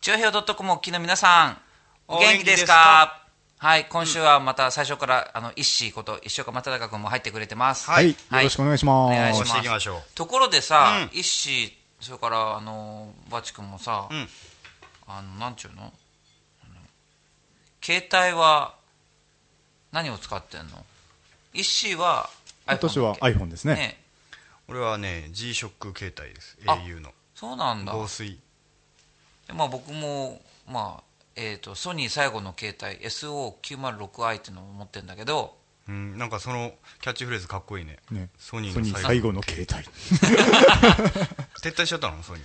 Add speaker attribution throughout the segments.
Speaker 1: 長平ドットコムお聞きの皆さん、お元気ですかはい、今週はまた最初から、あの、石井こと、石岡正隆君も入ってくれてます。
Speaker 2: はい、よ
Speaker 1: はい
Speaker 2: ろしくお願いします。
Speaker 1: お願いし
Speaker 2: は
Speaker 1: ま
Speaker 2: い
Speaker 1: す。
Speaker 3: 押していきましょう
Speaker 1: ところでさ、
Speaker 3: う
Speaker 1: 一子それからあのバチ君もさ、
Speaker 3: うん
Speaker 1: あのなんちゅうのあの携帯は何を使ってんの一子は iPhone だっけ
Speaker 2: 私は iPhone ですね
Speaker 3: 俺はね G ショック携帯です
Speaker 1: あ
Speaker 3: au の
Speaker 1: そうなんだ
Speaker 3: 防水
Speaker 1: でまあ僕もまあえー、とソニー最後の携帯 SO906i っていうのを持ってるんだけど
Speaker 3: うんなんかそのキャッチフレーズかっこいいね
Speaker 2: ね
Speaker 3: ソニ
Speaker 2: ソニ
Speaker 3: ー
Speaker 2: ー
Speaker 3: の
Speaker 2: 最
Speaker 3: 最後
Speaker 2: 後の携帯。
Speaker 3: 撤退しちゃったのソニー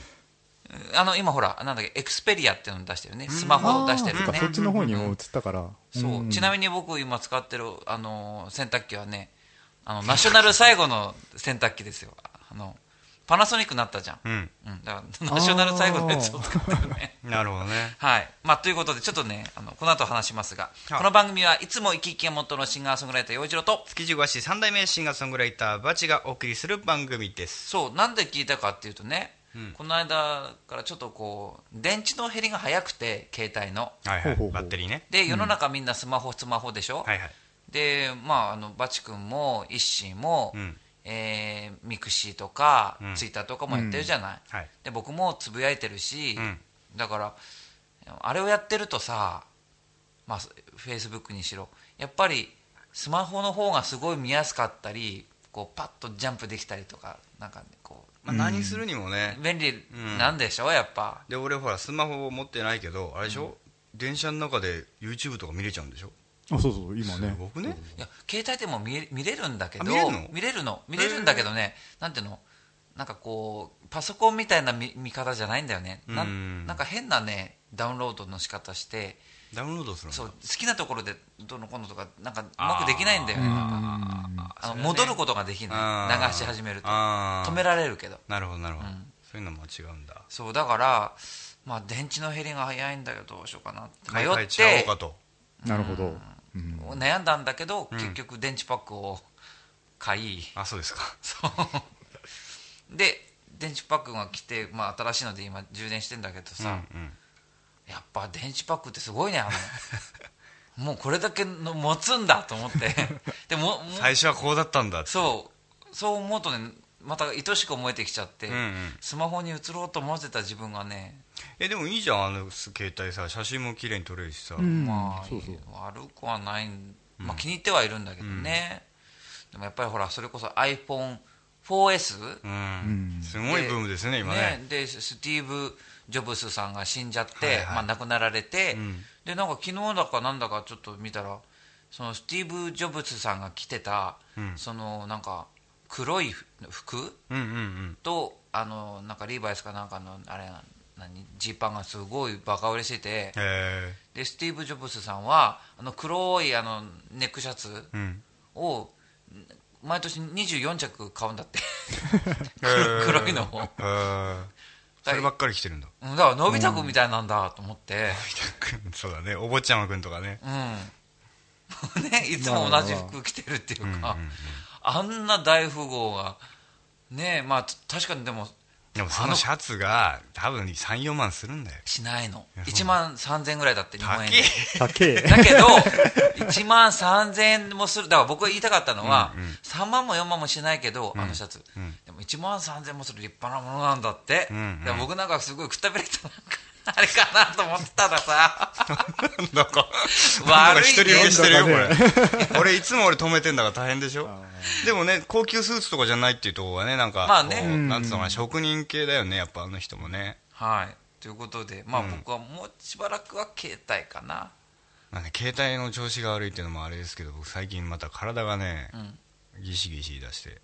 Speaker 1: うんあの今ほらなんだっけエクスペリアっていうの出してるねスマホを出してる
Speaker 2: あーそっ
Speaker 1: ね
Speaker 2: かそっちの方にも映ったから。
Speaker 1: そう、
Speaker 2: ん
Speaker 1: ちなみに僕今使ってるあの洗濯機はねあのナショナル最後の洗濯機ですよあのパナソニックになったじゃん、
Speaker 3: うん
Speaker 1: だからナショナル最後のやつを使ってるね
Speaker 3: なるほどね
Speaker 1: はい、まあ、ということでちょっとねあのこの後話しますが、
Speaker 3: はい
Speaker 1: この番組はいつも生き生きがモットーのシンガーソングライター陽一郎と
Speaker 3: 築地橋三代目シンガーソングライターバチがお送りする番組です
Speaker 1: そうなんで聞いたかっていうとね、
Speaker 3: うん
Speaker 1: この間からちょっとこう電池の減りが早くて携帯の
Speaker 3: はいはい
Speaker 2: ほうほうほう
Speaker 3: バッテリーね
Speaker 1: で世の中みんなスマホスマホでしょ、
Speaker 3: はいはい
Speaker 1: でまああのバチ君も一心も、
Speaker 3: うん
Speaker 1: えーミクシーとか、
Speaker 3: うん
Speaker 1: ツイッターとかもやってるじゃない、
Speaker 3: はい
Speaker 1: で僕もつぶやいてるし、
Speaker 3: うん
Speaker 1: だからあれをやってるとさまあフェイスブックにしろやっぱりスマホの方がすごい見やすかったりこうパッとジャンプできたりとかなんかねこ
Speaker 3: まあ何するにもね
Speaker 1: う便利なんでしょ、やっぱ
Speaker 3: で俺ほらスマホ持ってないけどあれでしょ電車の中で YouTube とか見れちゃうんでしょ
Speaker 2: あ、そうそう、今
Speaker 3: す
Speaker 2: ね。
Speaker 3: ごくね
Speaker 1: いや携帯でも見れ見れるんだけど
Speaker 3: あ見れるの
Speaker 1: 見れるの見れるんだけどね、なんていうのなんかこうパソコンみたいな見見方じゃないんだよねな
Speaker 3: うん
Speaker 1: なんか変なねダウンロードの仕方して
Speaker 3: ダウンロードするの
Speaker 1: そう好きなところでどうのこうのとかなんかうまくできないんだよね
Speaker 2: うん
Speaker 1: なんかあの
Speaker 3: それね
Speaker 1: 戻ることができ
Speaker 3: あ
Speaker 1: ない
Speaker 3: ー
Speaker 1: 流し始めると
Speaker 3: あー
Speaker 1: 止められるけど
Speaker 3: なるほどなるほど
Speaker 1: うん
Speaker 3: そういうのも違うんだ
Speaker 1: そうだからまあ電池の減りが早いんだけどどうしようかなって
Speaker 3: 買い
Speaker 1: 迷
Speaker 3: 替え
Speaker 1: っ
Speaker 3: ちゃおう
Speaker 1: て
Speaker 3: かと
Speaker 2: なるほど。うん
Speaker 1: 悩んだんだけど
Speaker 3: ん
Speaker 1: 結局電池パックを買い、
Speaker 3: あそうですか
Speaker 1: そう で電池パックが来て、まあ、新しいので今充電してんだけどさ、
Speaker 3: うんうん
Speaker 1: やっぱ電池パックってすごいねあの もうこれだけの持つんだと思ってでもも
Speaker 3: 最初はこうだったんだって
Speaker 1: そうそう思うとねまた愛しく思えてきちゃって、
Speaker 3: うんうん
Speaker 1: スマホに移ろうと思ってた自分がね、
Speaker 3: えでもいいじゃんあの携帯さ写真も綺麗に撮れるしさ
Speaker 2: うん
Speaker 1: まあ
Speaker 2: そうそう。
Speaker 1: 悪くはない、まあ、気に入ってはいるんだけどね、でもやっぱりほらそれこそ iPhone4S、
Speaker 3: うん
Speaker 2: うん
Speaker 3: すごいブームですね今ね
Speaker 1: でスティーブ・ジョブスさんが死んじゃって、
Speaker 3: はいはい
Speaker 1: まあ、亡くなられて、
Speaker 3: うん
Speaker 1: でなんか昨日だかなんだかちょっと見たらそのスティーブ・ジョブスさんが着てた、
Speaker 3: うん
Speaker 1: そのなんか黒い服
Speaker 3: うんうんうん
Speaker 1: とあのなんかリーバイスかなんかのあれ何ジーパンがすごいバカ売れしてて
Speaker 3: へ
Speaker 1: でスティーブ・ジョブスさんはあの黒いあのネックシャツ
Speaker 3: えうん
Speaker 1: を毎年24着買うんだ って
Speaker 3: へ ー
Speaker 1: 黒いのを
Speaker 3: へーそればっかり着てるんだ
Speaker 1: うんだからのび太くんみたいなんだと思って。
Speaker 3: そうだねお坊ちゃまくんとかね
Speaker 1: うん、もう ねいつも同じ服着てるっていうか、あんな大富豪がねえまあつ確かにでも
Speaker 3: でもそのシャツが多分34万するんだよ
Speaker 1: しないの
Speaker 3: いやそう
Speaker 1: 1万3000円ぐらいだって日
Speaker 3: 高
Speaker 1: 本
Speaker 3: え
Speaker 1: 円で
Speaker 2: 高え。
Speaker 1: だけど1万3000円もするだから僕が言いたかったのは、
Speaker 3: うんうん
Speaker 1: 3万も4万もしないけど、あのシャツ、
Speaker 3: うん
Speaker 1: でも1万3000円もする立派なものなんだって、
Speaker 3: うんうん
Speaker 1: で僕なんかすごいくたびれたなんかあれかなと思ってたらさ
Speaker 3: なんか
Speaker 1: 悪いね
Speaker 3: 一人受けしてるよこ
Speaker 2: なん
Speaker 3: れ俺いつも俺止めてんだから大変でしょ
Speaker 2: あ
Speaker 3: でもね高級スーツとかじゃないっていうところはねなんか
Speaker 1: まあね
Speaker 3: こう
Speaker 2: うん
Speaker 3: なんつうのかな職人系だよねやっぱあの人もね
Speaker 1: はいということでまあ
Speaker 3: うん
Speaker 1: 僕はもうしばらくは携帯かな、
Speaker 3: まあね携帯の調子が悪いっていうのもあれですけど僕最近また体がね
Speaker 1: ん
Speaker 3: ギシギシ出して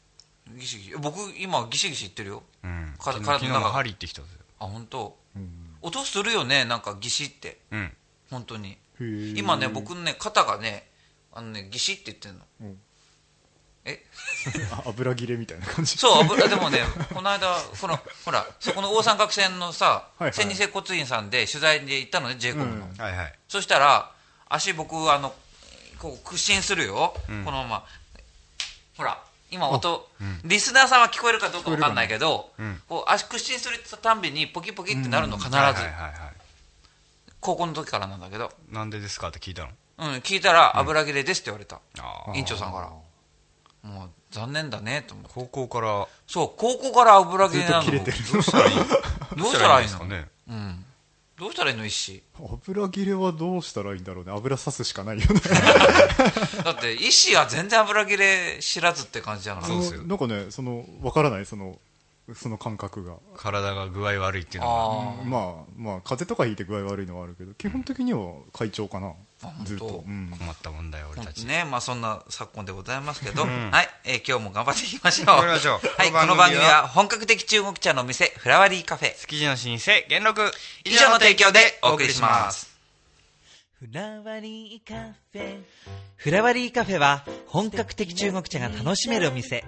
Speaker 1: ギシギシ僕今ギシギシ言ってるよ
Speaker 3: うん
Speaker 1: か
Speaker 3: 昨日
Speaker 1: 体の中
Speaker 3: 昨日も針行ってきたぜ
Speaker 1: あ本当
Speaker 2: うん
Speaker 1: 音するよねなんかギシって
Speaker 3: うん
Speaker 1: 本当に
Speaker 2: へー
Speaker 1: 今ね僕のね肩がねあのねギシって言ってるの
Speaker 2: うん
Speaker 1: え
Speaker 2: あ油切れみたいな感じ。
Speaker 1: そう油でもね この間このほらそこの大三角線のさ
Speaker 2: はいはい
Speaker 1: 千二接骨院さんで取材で行ったのね j コムの、
Speaker 2: うん
Speaker 3: はいはい
Speaker 1: そしたら足僕あのこう屈伸するよ、
Speaker 3: ん
Speaker 1: このままほら今音、リスナーさんは聞こえるかどうか分かんないけど
Speaker 3: えるかなうん
Speaker 1: こう足屈伸するたんびにポキポキってなるの必ず、
Speaker 3: はいはいはいはい
Speaker 1: 高校の時からなんだけど、
Speaker 3: なんでですかって聞いたの
Speaker 1: うん、聞いたら油切れですって言われた、
Speaker 3: あ
Speaker 1: 院長さんからもう残念だねと思って
Speaker 3: 高校から
Speaker 1: そう高校から油切れなの
Speaker 2: ずっと切れてる
Speaker 3: どうしたらいい
Speaker 1: どうしたらいい
Speaker 3: どうしたらいいんですか
Speaker 1: の
Speaker 3: ね
Speaker 1: うん、どうしたらいいの石
Speaker 2: 油切れはどうしたらいいんだろうね油さすしかないよね
Speaker 1: だって石は全然油切れ知らずって感じじゃない
Speaker 3: そうですよ
Speaker 2: あのなんかねそのわからないそのその感覚が
Speaker 3: 体が具合悪いっていうのが
Speaker 1: あー、
Speaker 2: まあまあ風邪とかひいて具合悪いのはあるけど基本的には快調かな、
Speaker 1: あ本当
Speaker 2: ずっと、うん、
Speaker 3: 困ったもんだよ俺たち
Speaker 1: ねまあそんな昨今でございますけど、
Speaker 3: ん
Speaker 1: はい、えー今日も頑張っていきましょう
Speaker 3: 頑張りましょう
Speaker 1: はい、こ
Speaker 3: こ
Speaker 1: の
Speaker 3: の
Speaker 1: 番
Speaker 3: 番
Speaker 1: 組
Speaker 3: 組は
Speaker 1: は本格的中国茶のお店フラワリーカフェ
Speaker 3: 築地の老舗元禄
Speaker 1: 以上の提供でお送りします
Speaker 4: フラワリーカフェ。フラワリーカフェは本格的中国茶が楽しめるお店。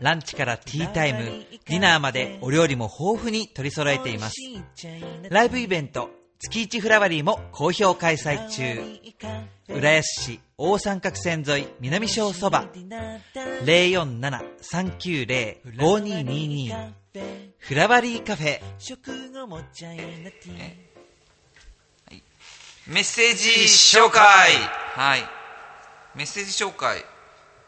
Speaker 4: ランチからティータイム、ディナーまでお料理も豊富に取り揃えています。ライブイベント、月一フラワリーも好評開催中。浦安市大三角線沿い南小そば047-390-5222フラワリーカフェ
Speaker 1: メッセージ紹介はいメッセージ紹介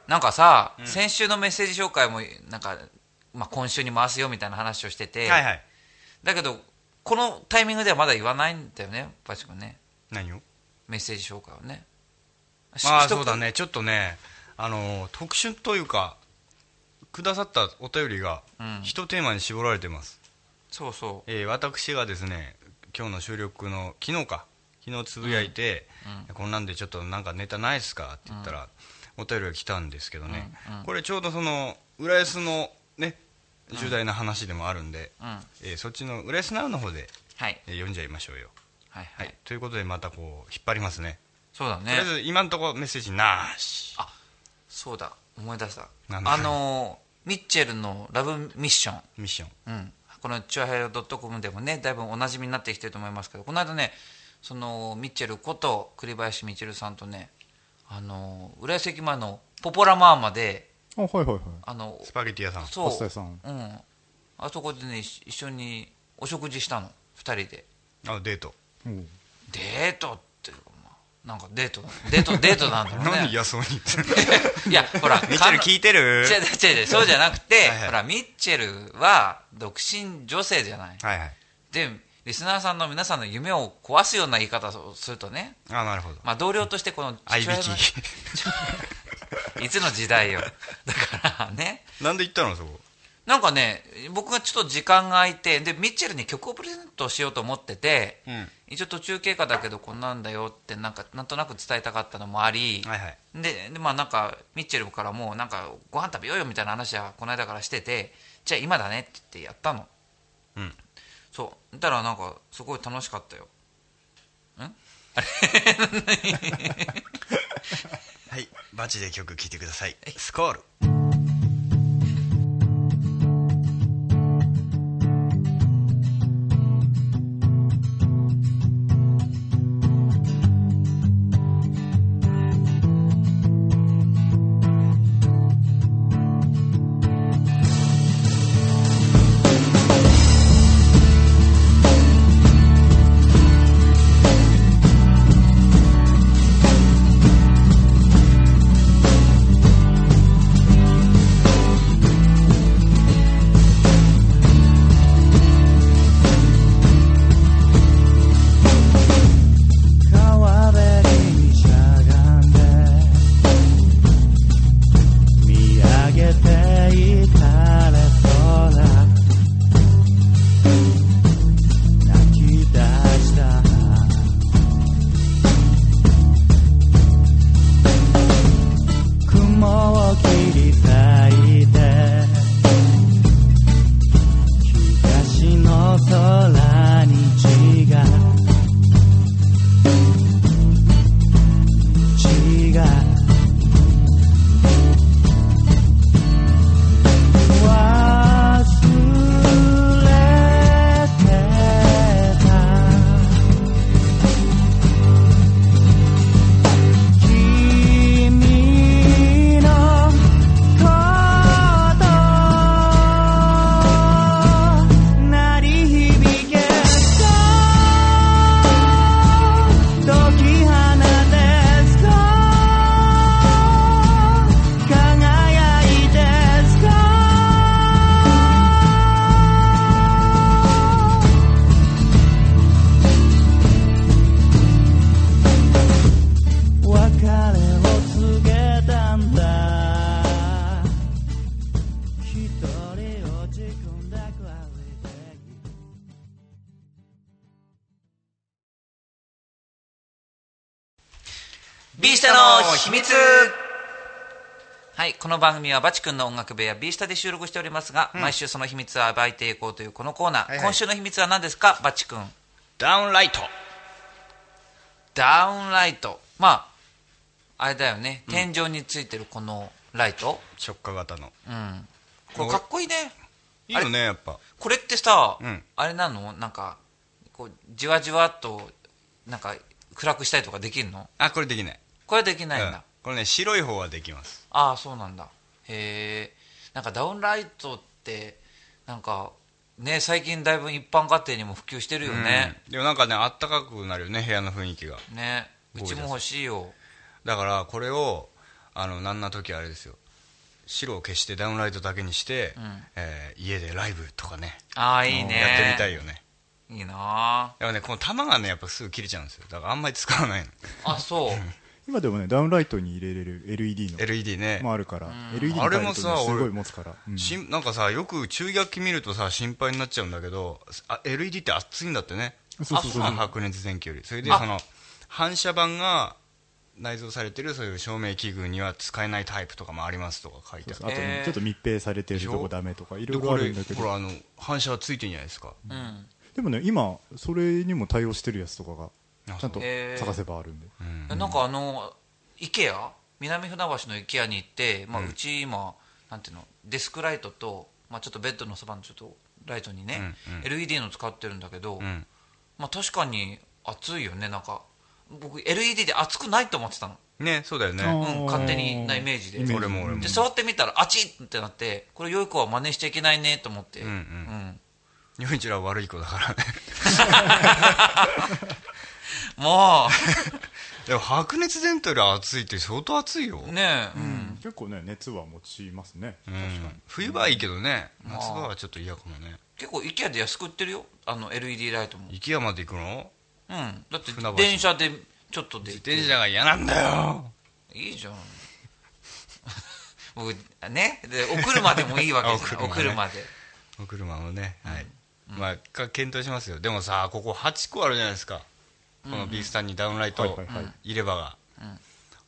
Speaker 1: なんかさ、先週のメッセージ紹介もなんか、まあ、今週に回すよみたいな話をしてて、
Speaker 3: はいはい
Speaker 1: だけどこのタイミングではまだ言わないんだよねバチ君ね
Speaker 3: 何を
Speaker 1: メッセージ紹介をね
Speaker 3: まあ
Speaker 1: ししと
Speaker 3: そ
Speaker 1: く
Speaker 3: うだねちょっとねあの特殊というかくださったお便りが
Speaker 1: うん
Speaker 3: 一テーマに絞られてます、
Speaker 1: そうそう
Speaker 3: えー私がですね今日の収録の昨日か昨日つぶやいて、こんなんでちょっとなんかネタないっすかって言ったら、お便りが来たんですけどね、これちょうどその浦安のね重大な話でもあるんで、
Speaker 1: うんはい
Speaker 3: えーそっちの浦安ナウの方で、
Speaker 1: はい
Speaker 3: えー読んじゃいましょうよ、
Speaker 1: はい、
Speaker 3: はい、ということでまたこう引っ張りますね
Speaker 1: そうだね
Speaker 3: とりあえず今のところメッセージなし
Speaker 1: そうだ思い出した
Speaker 3: なんだ
Speaker 1: あのーミッチェルの「ラブミッション
Speaker 3: ミッション」
Speaker 1: うん、この「チュアヘイドットコム」でもねだいぶおなじみになってきてると思いますけどこの間ねそのミッチェルこと栗林みちるさんとねあのー浦安駅前のポポラマーマで
Speaker 2: あはいはいはい
Speaker 1: あの
Speaker 3: スパゲティ屋さん
Speaker 1: そう
Speaker 2: パスタ屋さん
Speaker 1: うん、あそこでね一一緒にお食事したの二人で
Speaker 3: あデート
Speaker 2: おう
Speaker 1: デートっていうかまあなんかデートデ ートデートなんだろうね
Speaker 3: 何嫌そう に
Speaker 1: いやほら
Speaker 3: ミッチェル聞いてる
Speaker 1: 違う違う違うそうじゃなくて
Speaker 3: はいはい
Speaker 1: ほらミッチェルは独身女性じゃない
Speaker 3: はいはい
Speaker 1: でリスナーさんの皆さんの夢を壊すような言い方をするとね、
Speaker 3: あなるほど
Speaker 1: まあ、同僚としてこ の
Speaker 3: 合いび
Speaker 1: 父親 のいつの時代よ だからね
Speaker 3: きなんで行ったのそこ
Speaker 1: なんかね僕がちょっと時間が空いてでミッチェルに曲をプレゼントしようと思ってて、
Speaker 3: うん
Speaker 1: 一応途中経過だけどこんなんだよってなんかなんとなく伝えたかったのもあり、
Speaker 3: はいはい
Speaker 1: ででまあなんかミッチェルからもなんかご飯食べようよみたいな話はこの間からしててじゃあ今だねって言ってやったの
Speaker 3: うん
Speaker 1: そうだからなんかすごい楽しかったよ
Speaker 3: はいバチで曲聴いてくださいスコール
Speaker 5: 「
Speaker 1: ビースタの秘密はい、この番組はバチ君の音楽部屋ビースタで収録しておりますが、毎週その秘密を暴いていこうというこのコーナー、
Speaker 3: はいはい
Speaker 1: 今週の秘密は何ですかバチ君
Speaker 3: ダウンライト
Speaker 1: ダウンライトまああれだよね天井についてるこのライト
Speaker 3: 直下型の
Speaker 1: うん、これかっこいいね
Speaker 3: いいよねやっぱ
Speaker 1: これってさ、
Speaker 3: うん
Speaker 1: あれなのなんかこうじわじわっとなんか暗くしたりとかできるの
Speaker 3: あこれできない
Speaker 1: これはできないんだ、
Speaker 3: うんこれね白い方はできます
Speaker 1: ああそうなんだへえんかダウンライトってなんかね最近だいぶ一般家庭にも普及してるよね、
Speaker 3: うんでもなんかねあったかくなるよね部屋の雰囲気が
Speaker 1: ねう
Speaker 3: ゴージ
Speaker 1: ち
Speaker 3: ャス
Speaker 1: も欲しいよ
Speaker 3: だからこれをあのなんな時あれですよ白を消してダウンライトだけにして、えー家でライブとかね
Speaker 1: ああいいね
Speaker 3: やってみたいよね
Speaker 1: いいな
Speaker 3: やっぱねこの玉がねやっぱすぐ切れちゃうんですよだからあんまり使わ ないの
Speaker 1: ああそう
Speaker 2: 今でもねダウンライトに入れれる LED の
Speaker 3: LED ね、
Speaker 2: もあるから、LED に変えるとね
Speaker 3: あ
Speaker 2: す
Speaker 3: れもさ
Speaker 2: ご
Speaker 3: 俺
Speaker 2: い持つから、うん
Speaker 3: しんなんかさよく注意書き見るとさ心配になっちゃうんだけどあ LED って熱いんだってね
Speaker 2: そうそうそう
Speaker 3: あ白熱電球よりそれで
Speaker 1: あ
Speaker 3: その反射板が内蔵されてるそういう照明器具には使えないタイプとかもありますとか書いてあ
Speaker 2: そう
Speaker 3: る
Speaker 2: そうあとね
Speaker 1: えー
Speaker 2: ちょっと密閉されてるとこダメとかいろいろあるんだ
Speaker 3: で
Speaker 2: け
Speaker 3: これほ
Speaker 2: ど
Speaker 3: らあの反射はついてんじゃないですか、
Speaker 1: うん
Speaker 2: でもね今それにも対応してるやつとかが
Speaker 3: あ
Speaker 2: ちゃん
Speaker 1: そ
Speaker 2: と
Speaker 1: うえー
Speaker 2: 探せばあるんで、
Speaker 3: うん
Speaker 1: えなんかあの IKEA 南船橋の IKEA に行って、まあ、うち今、なんていうのデスクライトと、まあ、ちょっとベッドのそばのちょっとライトにね、
Speaker 3: うんうん
Speaker 1: LED の使ってるんだけど、
Speaker 3: うん
Speaker 1: まあ、確かに暑いよねなんか僕 LED で暑くないと思ってたの、
Speaker 3: ねそうだよ
Speaker 2: あ
Speaker 3: ね
Speaker 2: ー
Speaker 1: うん、勝手になイメージで
Speaker 2: イメージ
Speaker 3: 俺も俺も
Speaker 1: で触ってみたらあちってなってこれ良い子は真似しちゃいけないねと思って、
Speaker 3: うんうん
Speaker 1: ん
Speaker 3: 日本一は悪い子だからね
Speaker 1: も
Speaker 3: でも白熱電灯より熱いって相当熱いよ、
Speaker 1: う ねえ、うん
Speaker 2: 結構ね熱は持ちますね、
Speaker 3: うん冬場はいいけどね
Speaker 1: あ
Speaker 3: 夏場はちょっと嫌かもね
Speaker 1: 結構 IKEA で安く売ってるよあの LED ライトも
Speaker 3: 雪山まで行くの
Speaker 1: うん、だって
Speaker 3: 船橋
Speaker 1: 電車でちょっとで
Speaker 3: 自
Speaker 1: 行って
Speaker 3: 転車が嫌なんだよ
Speaker 1: いいじゃん 僕ねでお車でもいいわけですよお
Speaker 3: お車
Speaker 1: 車で
Speaker 3: お車もねはい、まあか検討しますよでもさここ8個あるじゃないですかこのビースタンにダウンライト
Speaker 2: はいはいはい
Speaker 3: 入れ歯が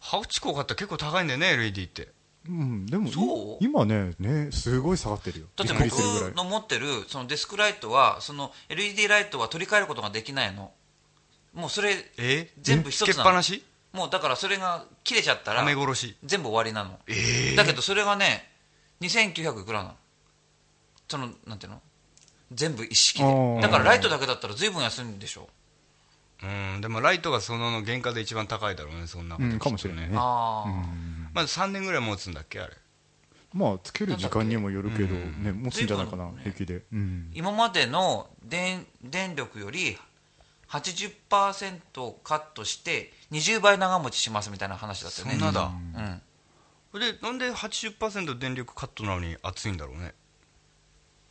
Speaker 3: 8個買ったら結構高いんだよね LED って
Speaker 2: うん、でもい
Speaker 1: そう
Speaker 2: 今ねねすごい下がってるよ
Speaker 1: だって
Speaker 2: びっ
Speaker 1: 僕
Speaker 2: くりするぐらい
Speaker 1: の持ってるそのデスクライトはその LED ライトは取り替えることができないのもうそれ
Speaker 3: え
Speaker 1: 全部一つ
Speaker 3: つけっ
Speaker 1: な
Speaker 3: ぱ
Speaker 1: の
Speaker 3: なし
Speaker 1: もうだからそれが切れちゃったら
Speaker 3: 雨殺し
Speaker 1: 全部終わりなの
Speaker 3: え
Speaker 1: だけどそれがね2900いくらなのそのなんていうの全部一式
Speaker 2: あー
Speaker 1: でだからライトだけだったら随分安いんでしょ
Speaker 3: うんでもライトがその原価で一番高いだろうねそんなこと
Speaker 2: うんかもしれないね
Speaker 1: ああ、
Speaker 3: まず3年ぐらい持つんだっけあれ
Speaker 2: まあつける時間にもよるけど、
Speaker 3: うん
Speaker 2: ね持つんじゃないかな、
Speaker 1: 随分ね
Speaker 2: 平気で、うん、
Speaker 1: 今までの電電力より80%カットして20倍長持ちしますみたいな話だったよね
Speaker 3: そんなだ
Speaker 1: うん、
Speaker 3: でなんで80%電力カットなのに熱いんだろう ね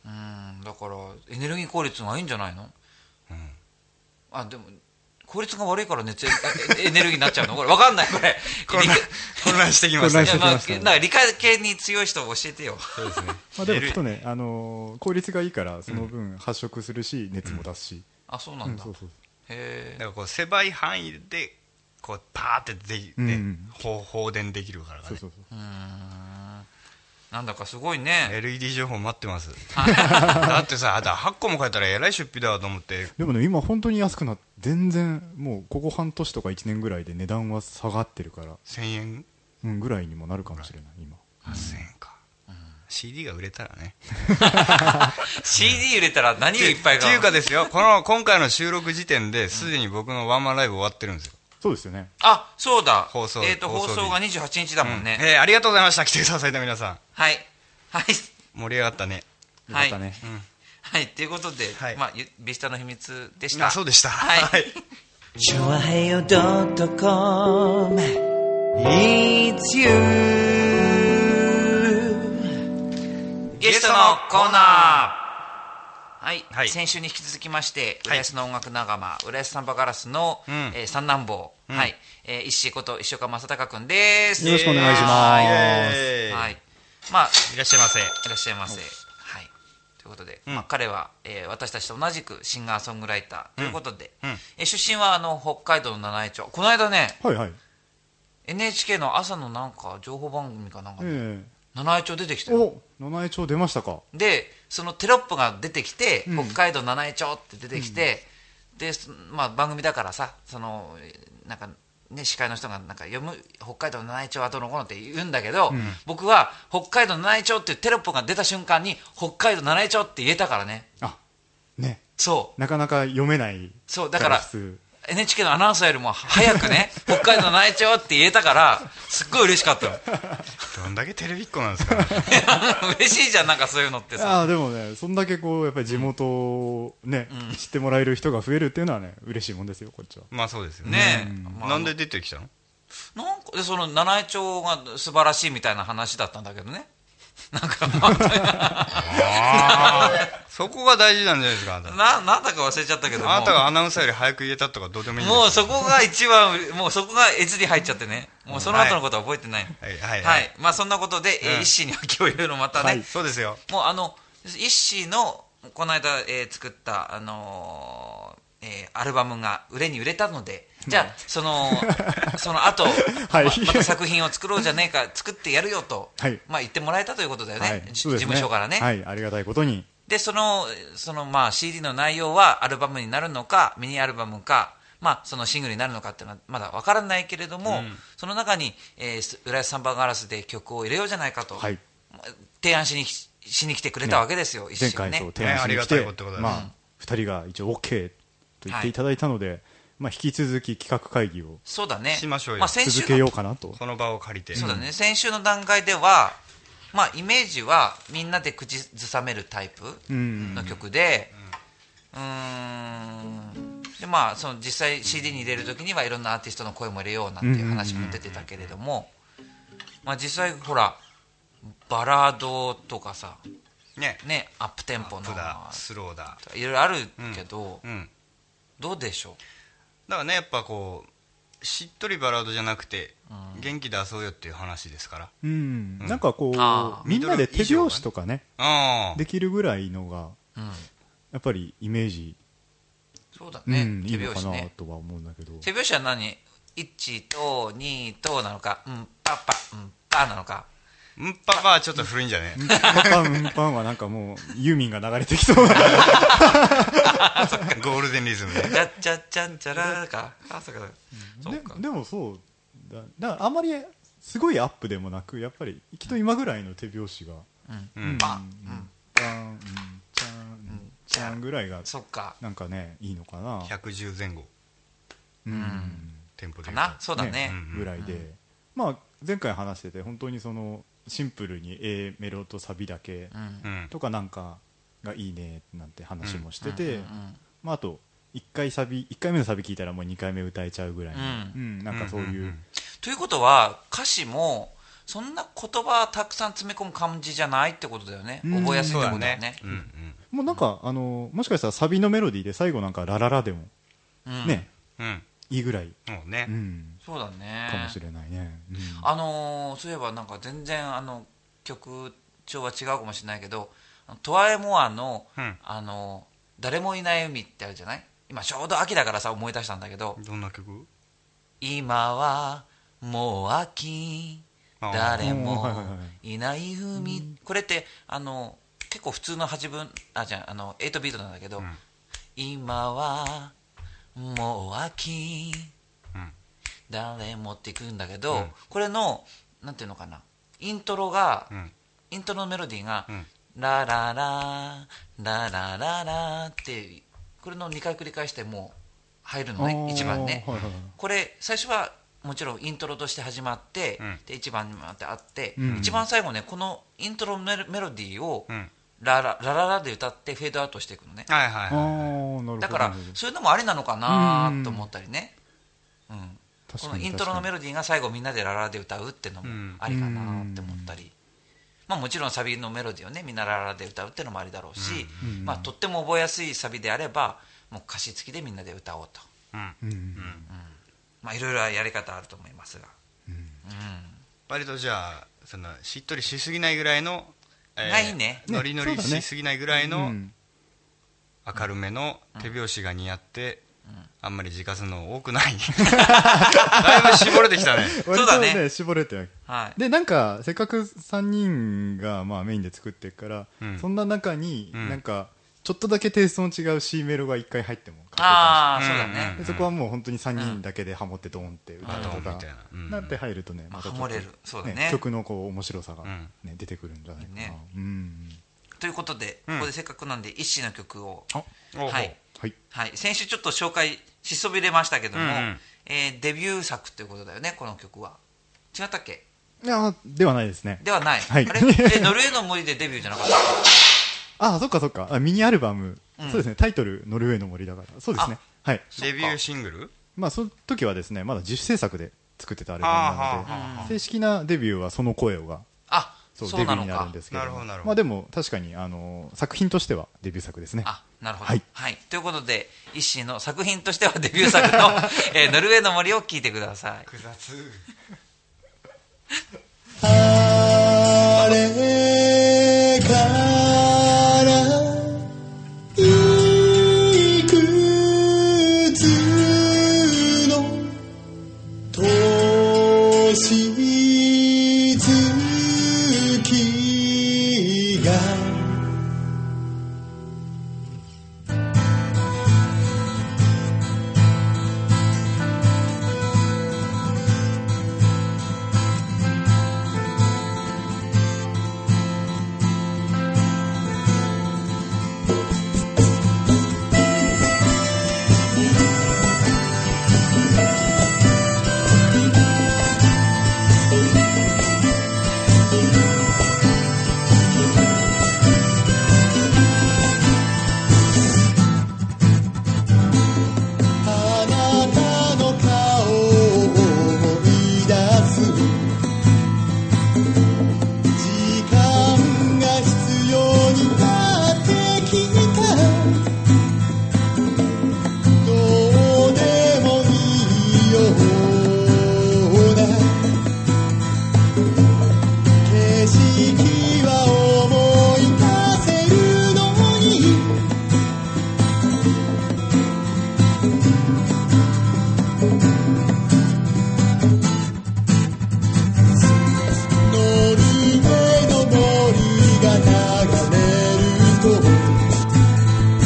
Speaker 1: うんだからエネルギー効率がいいんじゃないの、あでも効率が悪いから熱エエネルギーになっちゃうのこれ分かんないこれ
Speaker 3: 混乱混乱してきました
Speaker 2: 混
Speaker 1: い
Speaker 2: 乱
Speaker 1: や
Speaker 2: して
Speaker 3: ね
Speaker 1: まあ、
Speaker 2: きましたね
Speaker 1: なんか理科系に強い人教えてよ
Speaker 3: そうですね
Speaker 2: まあ、でもきっとね、あのー効率がいいからその分発色するし熱も出すし、
Speaker 1: あそうな
Speaker 2: うんん
Speaker 1: だ、
Speaker 2: そうそう
Speaker 1: へえ
Speaker 3: なんかこう狭い範囲でこうパーってでき、ね
Speaker 2: うん
Speaker 3: 放放電できるからね
Speaker 2: そうそうそう
Speaker 1: なんだかすごいね
Speaker 3: LED 情報待ってますだってさだ8個も買えたらえらい出費だと思って
Speaker 2: でもね今本当に安くなって全然もうここ半年とか1年ぐらいで値段は下がってるから、
Speaker 3: 1000円
Speaker 2: うん、ぐらいにもなるかもしれない今
Speaker 3: 8000円か、CD が売れたらね
Speaker 1: CD 売れたら何をいっぱい買
Speaker 3: って
Speaker 1: う
Speaker 3: い
Speaker 1: の
Speaker 3: うかですよこの今回の収録時点ですでに僕のワンマンライブ終わってるんですよ、
Speaker 2: そうですよね
Speaker 1: あそうだ
Speaker 3: 放送
Speaker 1: えっと
Speaker 3: 放
Speaker 1: 放
Speaker 3: 送日
Speaker 1: 送が28日だもんね、
Speaker 3: えーありがとうございました来てくださいね皆さ
Speaker 1: はいはい
Speaker 3: ん盛り上がったね
Speaker 2: よかったね、
Speaker 1: はいということで、
Speaker 3: はい
Speaker 1: まあゆビスタの秘密でした
Speaker 3: あそうでした
Speaker 1: はい
Speaker 4: c o m It's you
Speaker 1: ゲストのコーナーはい、
Speaker 3: はい
Speaker 1: 先週に引き続きまして
Speaker 3: は
Speaker 1: 浦
Speaker 3: い
Speaker 1: 安の音楽仲間、浦安サンバガラスの、
Speaker 3: うん
Speaker 1: えー三男坊、
Speaker 3: うん
Speaker 1: はい、えー、石井こと石岡正隆君です
Speaker 2: よろしくお願いします
Speaker 3: イエーイ
Speaker 1: はいまあ
Speaker 3: いらっしゃいませ
Speaker 1: いらっしゃいませ。はい、ということで、
Speaker 3: うん
Speaker 1: まあ、彼は、えー私たちと同じくシンガーソングライターということで、
Speaker 3: うんうん
Speaker 1: えー出身はあの北海道の七飯町この間ね
Speaker 2: はいはい
Speaker 1: NHK の朝のなんか情報番組かなんかで、
Speaker 2: え
Speaker 1: 七重町出てき
Speaker 2: え
Speaker 1: たよ
Speaker 2: お七重町出ましたか
Speaker 1: でそのテロップが出てきて、
Speaker 2: うん
Speaker 1: 北海道七重町って出てきて、で、そまあ、番組だからさそのなんかね、司会の人がなんか読む北海道の七重町はどうのこうのって言うんだけど、僕は北海道の七重町っていうテロップが出た瞬間に北海道七重町って言えたからね
Speaker 2: あね
Speaker 1: そう
Speaker 2: なかなか読めない
Speaker 1: そうだから
Speaker 2: 普通
Speaker 1: NHK のアナウンサーよりも早く ね北海道の内調って言えたからすっごい嬉しかったよ
Speaker 3: どんだけテレビっ子なんですか、ね、
Speaker 1: 嬉しいじゃんなんかそういうのってさ
Speaker 2: ああでもねそんだけこうやっぱり地元をね、知ってもらえる人が増えるっていうのはね嬉しいもんですよこっちは
Speaker 3: まあそうですよね
Speaker 1: ねえ、まあ
Speaker 3: なんで出てきたの
Speaker 1: なんかでその七重町が素晴らしいみたいな話だったんだけどねなんか
Speaker 3: そこが大事なんじゃないですかあなた
Speaker 1: ななんだか忘れちゃったけども
Speaker 3: あなたがアナウンサーより早く言えたとかどうでもいいんです
Speaker 1: もうそこが一番もうそこが閲に入っちゃってねもうその後のことは覚えてないの
Speaker 3: はいはいはい
Speaker 1: まあそんなことで、えー
Speaker 3: うん
Speaker 1: 一心に秋を言うのまたね、
Speaker 2: はい
Speaker 3: そうですよ
Speaker 1: もうあの一誌のこの間、えー作った、あのーえーアルバムが売れに売れたのでじゃあそ のその後、
Speaker 2: はい
Speaker 1: ままた作品を作ろうじゃねえか作ってやるよと、
Speaker 2: はい
Speaker 1: まあ、言ってもらえたということだよね,、
Speaker 2: はい
Speaker 1: 事
Speaker 2: そうですね
Speaker 1: 務所からね、
Speaker 2: はいありがたいことに
Speaker 1: でそのその、まあ、CD の内容はアルバムになるのかミニアルバムか、まあ、そのシングルになるのかっていうのはまだ分からないけれども、その中に「えー浦安サンバーガラス」で曲を入れようじゃないかと、
Speaker 2: はい
Speaker 1: まあ提案しにきしに来てくれたわけですよ、一
Speaker 2: 前
Speaker 1: 瞬
Speaker 2: 回
Speaker 1: ね
Speaker 2: そう提案し
Speaker 3: ね
Speaker 2: に来
Speaker 3: ありがた
Speaker 2: て、
Speaker 3: いことでござい
Speaker 2: ま
Speaker 3: ます
Speaker 2: あ2人が一応 OK と言っていただいたので、まあ、引き続き企画会議を
Speaker 1: そうだね
Speaker 3: しましょうよ
Speaker 1: まあ、先週
Speaker 2: 続
Speaker 1: の
Speaker 2: けようかなと
Speaker 3: この場を借りて
Speaker 1: そうだね、先週の段階では、まあ、イメージはみんなで口ずさめるタイプ
Speaker 2: うん
Speaker 1: の曲で、うーん、でまあその実際 CD に入れる時にはいろんなアーティストの声も入れようなんていう話も出てたけれども、まあ、実際ほらバラードとかさ
Speaker 3: ね
Speaker 1: ねアップテンポの
Speaker 3: プだスローだ
Speaker 1: いろいろあるけど、
Speaker 3: うん
Speaker 1: どうでしょう
Speaker 3: だからねやっぱこうしっとりバラードじゃなくて、元気出そうよっていう話ですから
Speaker 2: うんなんかこ
Speaker 1: あ
Speaker 2: う
Speaker 3: ー
Speaker 2: みんなで手拍子とかね
Speaker 3: ああ
Speaker 2: できるぐらいのが
Speaker 1: うん
Speaker 2: やっぱりイメージ、
Speaker 1: そうだ
Speaker 2: うん
Speaker 1: ね、
Speaker 2: いい
Speaker 1: 手
Speaker 2: の
Speaker 1: 拍
Speaker 2: か
Speaker 1: 子
Speaker 2: な
Speaker 1: ね
Speaker 2: とは思うんだけど
Speaker 1: 手拍子は何1と2となのかうんパッパうんパーなのか
Speaker 3: うんパパはちょっと古いんじゃね
Speaker 2: パパンパンはなんかもうユーミンが流れてきそうな
Speaker 3: ゴールデンリズムで
Speaker 1: チャッチャッチャンチャラーかあそうかそう
Speaker 2: で
Speaker 1: かそうか
Speaker 2: でもそうだだからあんまりすごいアップでもなくやっぱりきっと今ぐらいの手拍子が
Speaker 3: う
Speaker 2: うん
Speaker 3: ん
Speaker 1: パン
Speaker 2: うんパンうんチャンうんチャンぐらいが
Speaker 1: そっか
Speaker 2: なんかねいいのかな
Speaker 3: 110前後
Speaker 2: うん
Speaker 3: テンポ
Speaker 1: か
Speaker 3: で言うと
Speaker 1: なそうだね
Speaker 3: うん
Speaker 2: ぐらいで、まあ前回話してて本当にそのシンプルに A メロとサビだけ
Speaker 1: うんうん
Speaker 3: うん
Speaker 2: とかなんかがいいねなんて話もしてて、
Speaker 1: うんうん
Speaker 2: まあ、あと1回サビ1回目のサビ聞いたらもう2回目歌えちゃうぐらいの、
Speaker 1: う
Speaker 2: うんなんかそういう,、
Speaker 3: うんうん
Speaker 1: ということは歌詞もそんな言葉たくさん詰め込む感じじゃないってことだよね
Speaker 2: うん
Speaker 1: 覚えやすいっ
Speaker 3: そう
Speaker 1: て
Speaker 3: だ
Speaker 1: ことだよ
Speaker 3: ね
Speaker 1: ね
Speaker 3: うんうん
Speaker 2: もうなんかあのもしかしたらサビのメロディーで最後なんか「ラララ」でも、
Speaker 1: うん
Speaker 2: ね
Speaker 3: うん
Speaker 2: いいぐらい、
Speaker 3: そうね
Speaker 2: うん、
Speaker 1: そうだね
Speaker 2: かもしれないね、うん
Speaker 1: あのーそういえばなんか全然あの曲調は違うかもしれないけどトワエモアの、
Speaker 3: うん
Speaker 1: あのー誰もいない海」ってあるじゃない今ちょうど秋だからさ思い出したんだけど
Speaker 3: どんな曲
Speaker 1: 「今はもう秋
Speaker 3: あー
Speaker 1: 誰
Speaker 2: はい
Speaker 1: も
Speaker 2: はいはいはい
Speaker 1: いない海」これってあの結構普通の8分あじゃああの8ビートなんだけど「
Speaker 3: ん
Speaker 1: 今はもう秋」
Speaker 3: うん
Speaker 1: 誰もっていくんだけど、
Speaker 3: うん
Speaker 1: これのなんていうのかなイントロが、
Speaker 3: うん
Speaker 1: イントロのメロディーが
Speaker 3: うん
Speaker 1: 「ラララララララ」ってこれの2回繰り返してもう入るのね
Speaker 2: あー
Speaker 1: 一番ね、
Speaker 2: はいはいはい
Speaker 1: これ最初はもちろんイントロとして始まって、
Speaker 3: うん
Speaker 1: で1番にまであって、
Speaker 2: うん
Speaker 1: 一番最後ねこのイントロメロメロディーを、
Speaker 3: うん
Speaker 1: ラララララで歌ってフェードアウトしていくのね
Speaker 3: はい
Speaker 2: あ
Speaker 3: はい
Speaker 2: ー
Speaker 3: は
Speaker 2: なるほど
Speaker 1: だから
Speaker 2: なるほど
Speaker 1: そういうのもありなのかなと思ったりね、うん、
Speaker 2: 確
Speaker 1: こ
Speaker 2: か
Speaker 1: の
Speaker 2: に
Speaker 1: イントロのメロディーが最後みんなでララで歌うってのもありかなって思ったり、まあ、もちろんサビのメロディーをねみんなララで歌うってのもありだろうし、
Speaker 2: うん
Speaker 1: まあ、とっても覚えやすいサビであればもう歌詞付きでみんなで歌おうと、
Speaker 3: いうん
Speaker 2: うん
Speaker 1: まあ、いろいろやり方あると思いますが、
Speaker 3: 割とじゃあそのしっとりしすぎないぐらいのえー
Speaker 1: がいいね
Speaker 3: ノリノリ
Speaker 2: ねそうだね
Speaker 3: しすぎないぐらいうの
Speaker 2: ん
Speaker 3: 明るめの手拍子が似合ってあんまり自家するの多くない だいぶ絞れてきたね
Speaker 2: 割
Speaker 1: そうだ
Speaker 2: と
Speaker 1: ね
Speaker 2: ね絞れてない
Speaker 1: はい
Speaker 2: でなんかせっかく3人がまあメインで作ってるから、
Speaker 3: うん
Speaker 2: そんな中に
Speaker 3: うん
Speaker 2: なんかちょっとだけテイストの違う C メロが1回入ってもかっこよくない
Speaker 1: ああ、そうだ
Speaker 3: うんうん
Speaker 1: ね
Speaker 2: でそこはもう本当に3人だけでハモってドーンって歌うと
Speaker 3: うんドーン
Speaker 2: か
Speaker 3: みたいなうん
Speaker 2: なんて入るとね
Speaker 1: まあ
Speaker 2: またちょっ
Speaker 1: ハモ
Speaker 2: と
Speaker 1: れるそうだね
Speaker 2: 曲のこう面白さが
Speaker 3: うん
Speaker 2: ね出てくるんじゃないか
Speaker 1: いい
Speaker 2: な
Speaker 1: ね
Speaker 2: うん
Speaker 1: ということで、
Speaker 3: うん
Speaker 1: ここでせっかくなんで一首の曲を
Speaker 2: あ
Speaker 3: おう
Speaker 1: はい
Speaker 2: はい
Speaker 1: はい、先週ちょっと紹介しそびれましたけども、
Speaker 3: うんうん
Speaker 1: えーデビュー作ということだよねこの曲は違ったっけ
Speaker 2: いやではないですね
Speaker 1: ではない、
Speaker 2: はい
Speaker 1: あ れえノルウェーの森でデビューじゃなかった
Speaker 2: あそっかそっかあミニアルバム
Speaker 1: うん
Speaker 2: そうですねタイトル「ノルウェーの森」だからそうですねはい
Speaker 3: デビューシングル
Speaker 2: まあその時はですねまだ自主制作で作ってたアル
Speaker 3: あ
Speaker 2: バ
Speaker 3: ー
Speaker 2: ムな
Speaker 3: はあはあは
Speaker 2: の
Speaker 3: あ
Speaker 2: で正式なデビューは「その声を」が
Speaker 1: あそ
Speaker 2: そううデビ
Speaker 1: な
Speaker 2: ュー
Speaker 1: の
Speaker 2: になる
Speaker 1: か
Speaker 2: んですけど
Speaker 3: なるほどなるほど
Speaker 2: まあでも確かにあの作品としてはデビュー作ですね
Speaker 1: あなるほど、は
Speaker 2: はいい
Speaker 1: ということで一心の作品としてはデビュー作 の「えーノルウェーの森」を聴いてください
Speaker 3: 複雑
Speaker 5: あれからいくつの年月があなたの顔を思い出す時間が必要になってきたどうでもいいような景色は思い出せるのにノルウェーの森が流れると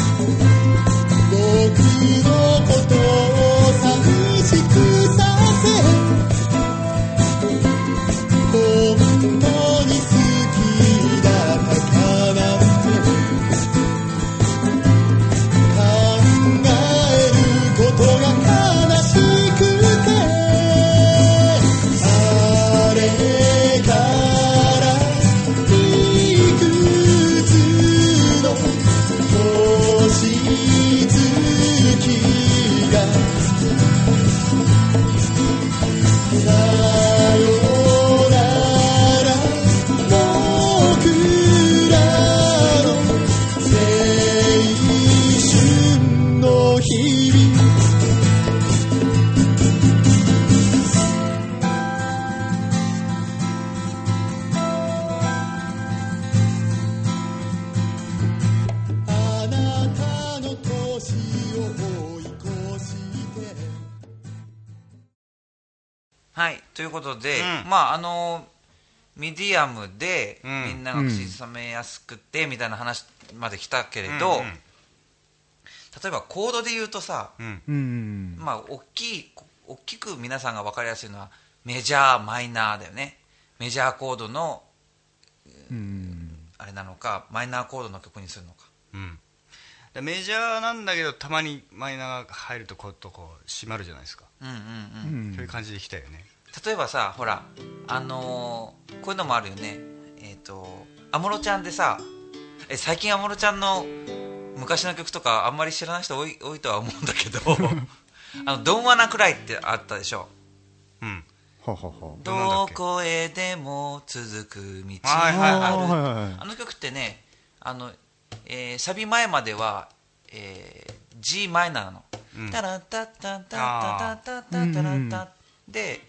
Speaker 5: 僕のことを寂しくさせ本当に好きだったからって考えることが悲しくて「あれからいくつの年月が」「さよなら僕らの青春の日々」あなたの年を追い越して
Speaker 1: はいということで、
Speaker 3: うん
Speaker 1: まああのミディアムで
Speaker 3: うん
Speaker 1: みんなが口ずさめやすくてみたいな話まで来たけれど、
Speaker 3: うんうん
Speaker 1: 例えばコードで言うとさ、
Speaker 3: うん
Speaker 2: うん
Speaker 1: まあ大きい大きく皆さんが分かりやすいのはメジャーマイナーだよねメジャーコードの
Speaker 2: うん
Speaker 1: あれなのかマイナーコードの曲にするのか
Speaker 3: うんでメジャーなんだけどたまにマイナーが入るとこうとこう締まるじゃないですか、
Speaker 1: うんうんうん、
Speaker 2: うん
Speaker 3: そういう感じでいきたいよね
Speaker 1: 例えばさほらあのーこういうのもあるよねえっ、と安室ちゃんでさえ最近安室ちゃんの昔の曲とかあんまり知らない人多い多いとは思うんだけど「あのドンワナくらい」ってあったでしょ
Speaker 3: うん
Speaker 2: ははは
Speaker 1: 「
Speaker 3: どんなんだ
Speaker 1: ど
Speaker 3: っけ
Speaker 1: こへでも続く道
Speaker 3: はいはい
Speaker 1: がある」
Speaker 2: はいはいはい
Speaker 1: あの曲ってねあの、えーサビ前までは、えー G マイナーなの。
Speaker 3: うん
Speaker 1: タラッタッタッタッタッタッタッタッタッタッで、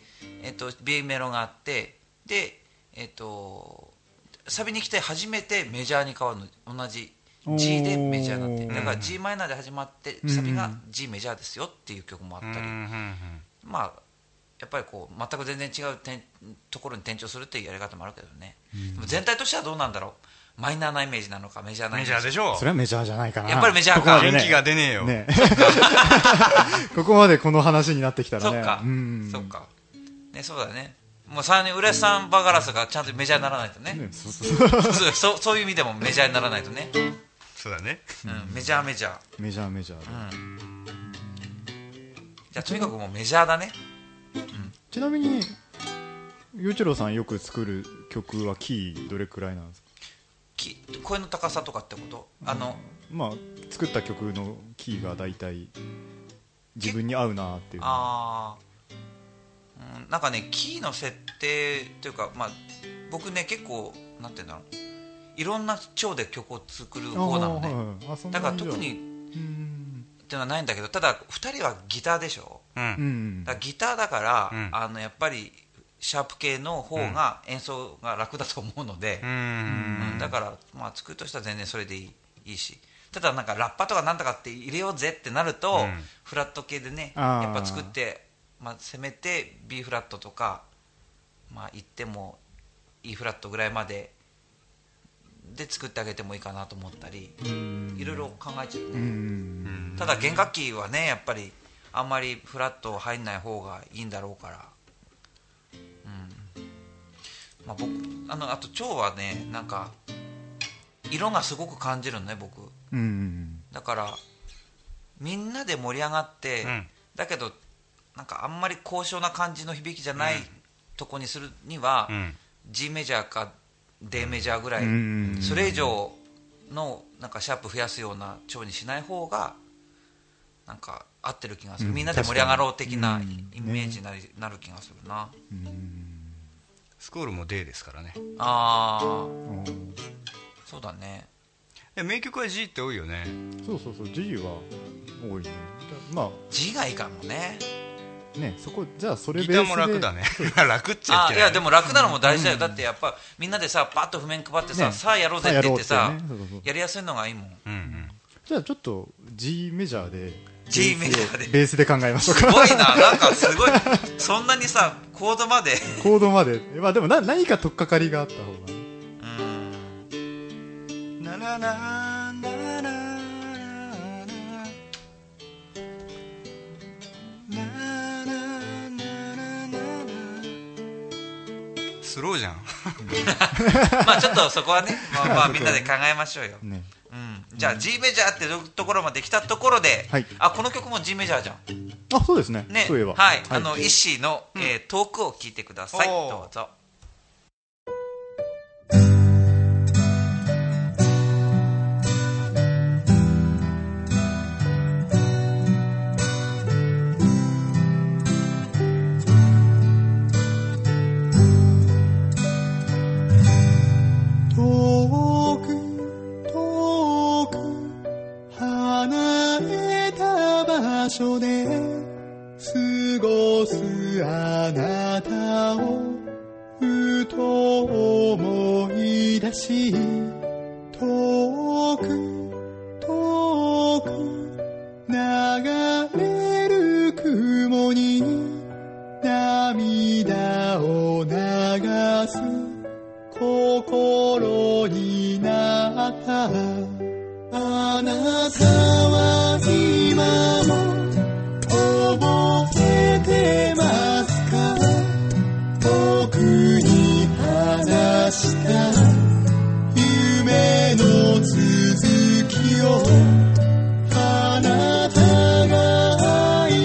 Speaker 1: えっと B メロがあってでえっとサビに来て初めてメジャーに変わるの同じ G でメジャーになっ
Speaker 2: お
Speaker 1: て
Speaker 2: ー
Speaker 1: だから G マイナーで始まって
Speaker 2: うん
Speaker 1: サビが G メジャーですよっていう曲もあった
Speaker 3: うんう
Speaker 1: り、
Speaker 3: ん
Speaker 1: まあやっぱりこう全く全然違う点ところに転調するっていうやり方もあるけどね、でも全体としてはどうなんだろうマイナーなイメージなのかメジャー
Speaker 3: うん
Speaker 1: なイメ
Speaker 3: メ
Speaker 1: ー
Speaker 3: ジ
Speaker 1: ジ
Speaker 3: ャーで
Speaker 1: し
Speaker 3: しょ
Speaker 2: それはメジャーじゃないかな。
Speaker 1: やっぱりメジャーか
Speaker 2: ここまでね
Speaker 3: 元気が出ねえ よ
Speaker 2: ねここまでこの話になってきたら
Speaker 1: そ
Speaker 2: ね。
Speaker 1: っか、
Speaker 2: うん
Speaker 1: そっかねそうだねもうさらに浦安さんバガラスがちゃんとメジャーにならないとね
Speaker 2: ねそうそうそう
Speaker 1: そうそうそういう意味でもメジャーにならないとね、
Speaker 3: そうだね
Speaker 1: うん、メジャーメジャー
Speaker 2: メジャーメジャーで。
Speaker 1: じゃあとにかくもうメジャーだね
Speaker 2: ちなみに、ゆうちろうさんよく作る曲はキーどれくらいなんですか
Speaker 1: き声の高さとかってことあの
Speaker 2: まあ、作った曲のキーが大体自分に合うなっていう。
Speaker 1: ああ、うん、なんかねキーの設定というか、まあ、僕ね結構なんて言うんだろういろんな調で曲を作る方なの
Speaker 2: あー
Speaker 1: ね
Speaker 2: はいはいあそんな
Speaker 1: だから
Speaker 2: 感じは
Speaker 1: 特に
Speaker 2: うん
Speaker 1: っていうのはないんだけどただ2人はギターでしょ
Speaker 3: う
Speaker 2: うんん
Speaker 1: だからギターだから、
Speaker 3: うん
Speaker 1: あのやっぱりシャープ系の方が演奏が楽だと思うので、
Speaker 3: うん
Speaker 1: うんだから、まあ、作るとしたら全然それでいいいいしただなんかラッパとかなんとかって入れようぜってなると、
Speaker 3: うん
Speaker 1: フラット系でね
Speaker 2: あー
Speaker 1: やっぱ作って、まあ、せめて B フラットとか、まあ、言っても E フラットぐらいまでで作ってあげてもいいかなと思ったりいろいろ考えちゃう
Speaker 2: う
Speaker 1: ね、
Speaker 2: ん
Speaker 1: ただ弦楽器はねやっぱりあんまりフラット入んない方がいいんだろうからうんまあ僕あのあと蝶はねなんか色がすごく感じるのね僕
Speaker 2: うんうん
Speaker 1: だからみんなで盛り上がって、
Speaker 3: うん
Speaker 1: だけどなんかあんまり高尚な感じの響きじゃない、とこにするには、
Speaker 3: うん
Speaker 1: G メジャーか D メジャーぐらい、
Speaker 2: うん
Speaker 1: それ以上のなんかシャープ増やすような調にしない方がなんか合ってる気がする、
Speaker 2: うん
Speaker 1: みんなで盛り上がろう的な
Speaker 2: 確かにうん
Speaker 1: イメージになり、なる気がするな
Speaker 3: スコールも D ですからね
Speaker 1: あー
Speaker 2: うんうん
Speaker 1: そうだね
Speaker 3: で名曲は G って多いよね
Speaker 2: そうそうそう G は多いねま
Speaker 1: G がいいかもね
Speaker 2: あねそこじゃあそれベ
Speaker 3: ギ
Speaker 2: ースで
Speaker 3: ターも楽だね楽っちゃ
Speaker 1: あーい
Speaker 3: いけない
Speaker 1: やでも楽なのも大事だよ、だってやっぱみんなでさパッと譜面配ってさ、
Speaker 2: ね
Speaker 1: さあやろうぜって言って
Speaker 2: さあ
Speaker 1: さ
Speaker 2: やろうってねそうそうそう
Speaker 1: やりやすいのがいいもん
Speaker 3: うんうん
Speaker 2: じゃあちょっと G メジャーで
Speaker 1: G
Speaker 2: ベ
Speaker 1: メジャーで
Speaker 2: スをベースで考えましょう
Speaker 1: す
Speaker 2: か
Speaker 1: ごいななんかすごいそんなにさコード まで
Speaker 2: コードまでまあでもな何か取っかかりがあった方がね
Speaker 1: うん
Speaker 3: なななななななななスローじゃん
Speaker 1: まあちょっとそこはね、まあ、まあ
Speaker 2: そこはね
Speaker 1: みんなで考えましょうよ、
Speaker 2: ね
Speaker 1: うん、じゃあ G メジャーってところまで来たところで、
Speaker 2: はい
Speaker 1: あこの曲も G メジャーじゃん
Speaker 2: あそうですね
Speaker 1: ね
Speaker 2: そういえば
Speaker 1: はい、あの石井の、えートークを聞いてください
Speaker 3: おー
Speaker 1: どうぞ
Speaker 5: 遠く遠く離れた場所で過ごすあなたをふと思い出し遠く遠く流れる雲に涙を流す心になったあなたは今も覚えてますか僕に話した夢の続きをあなたが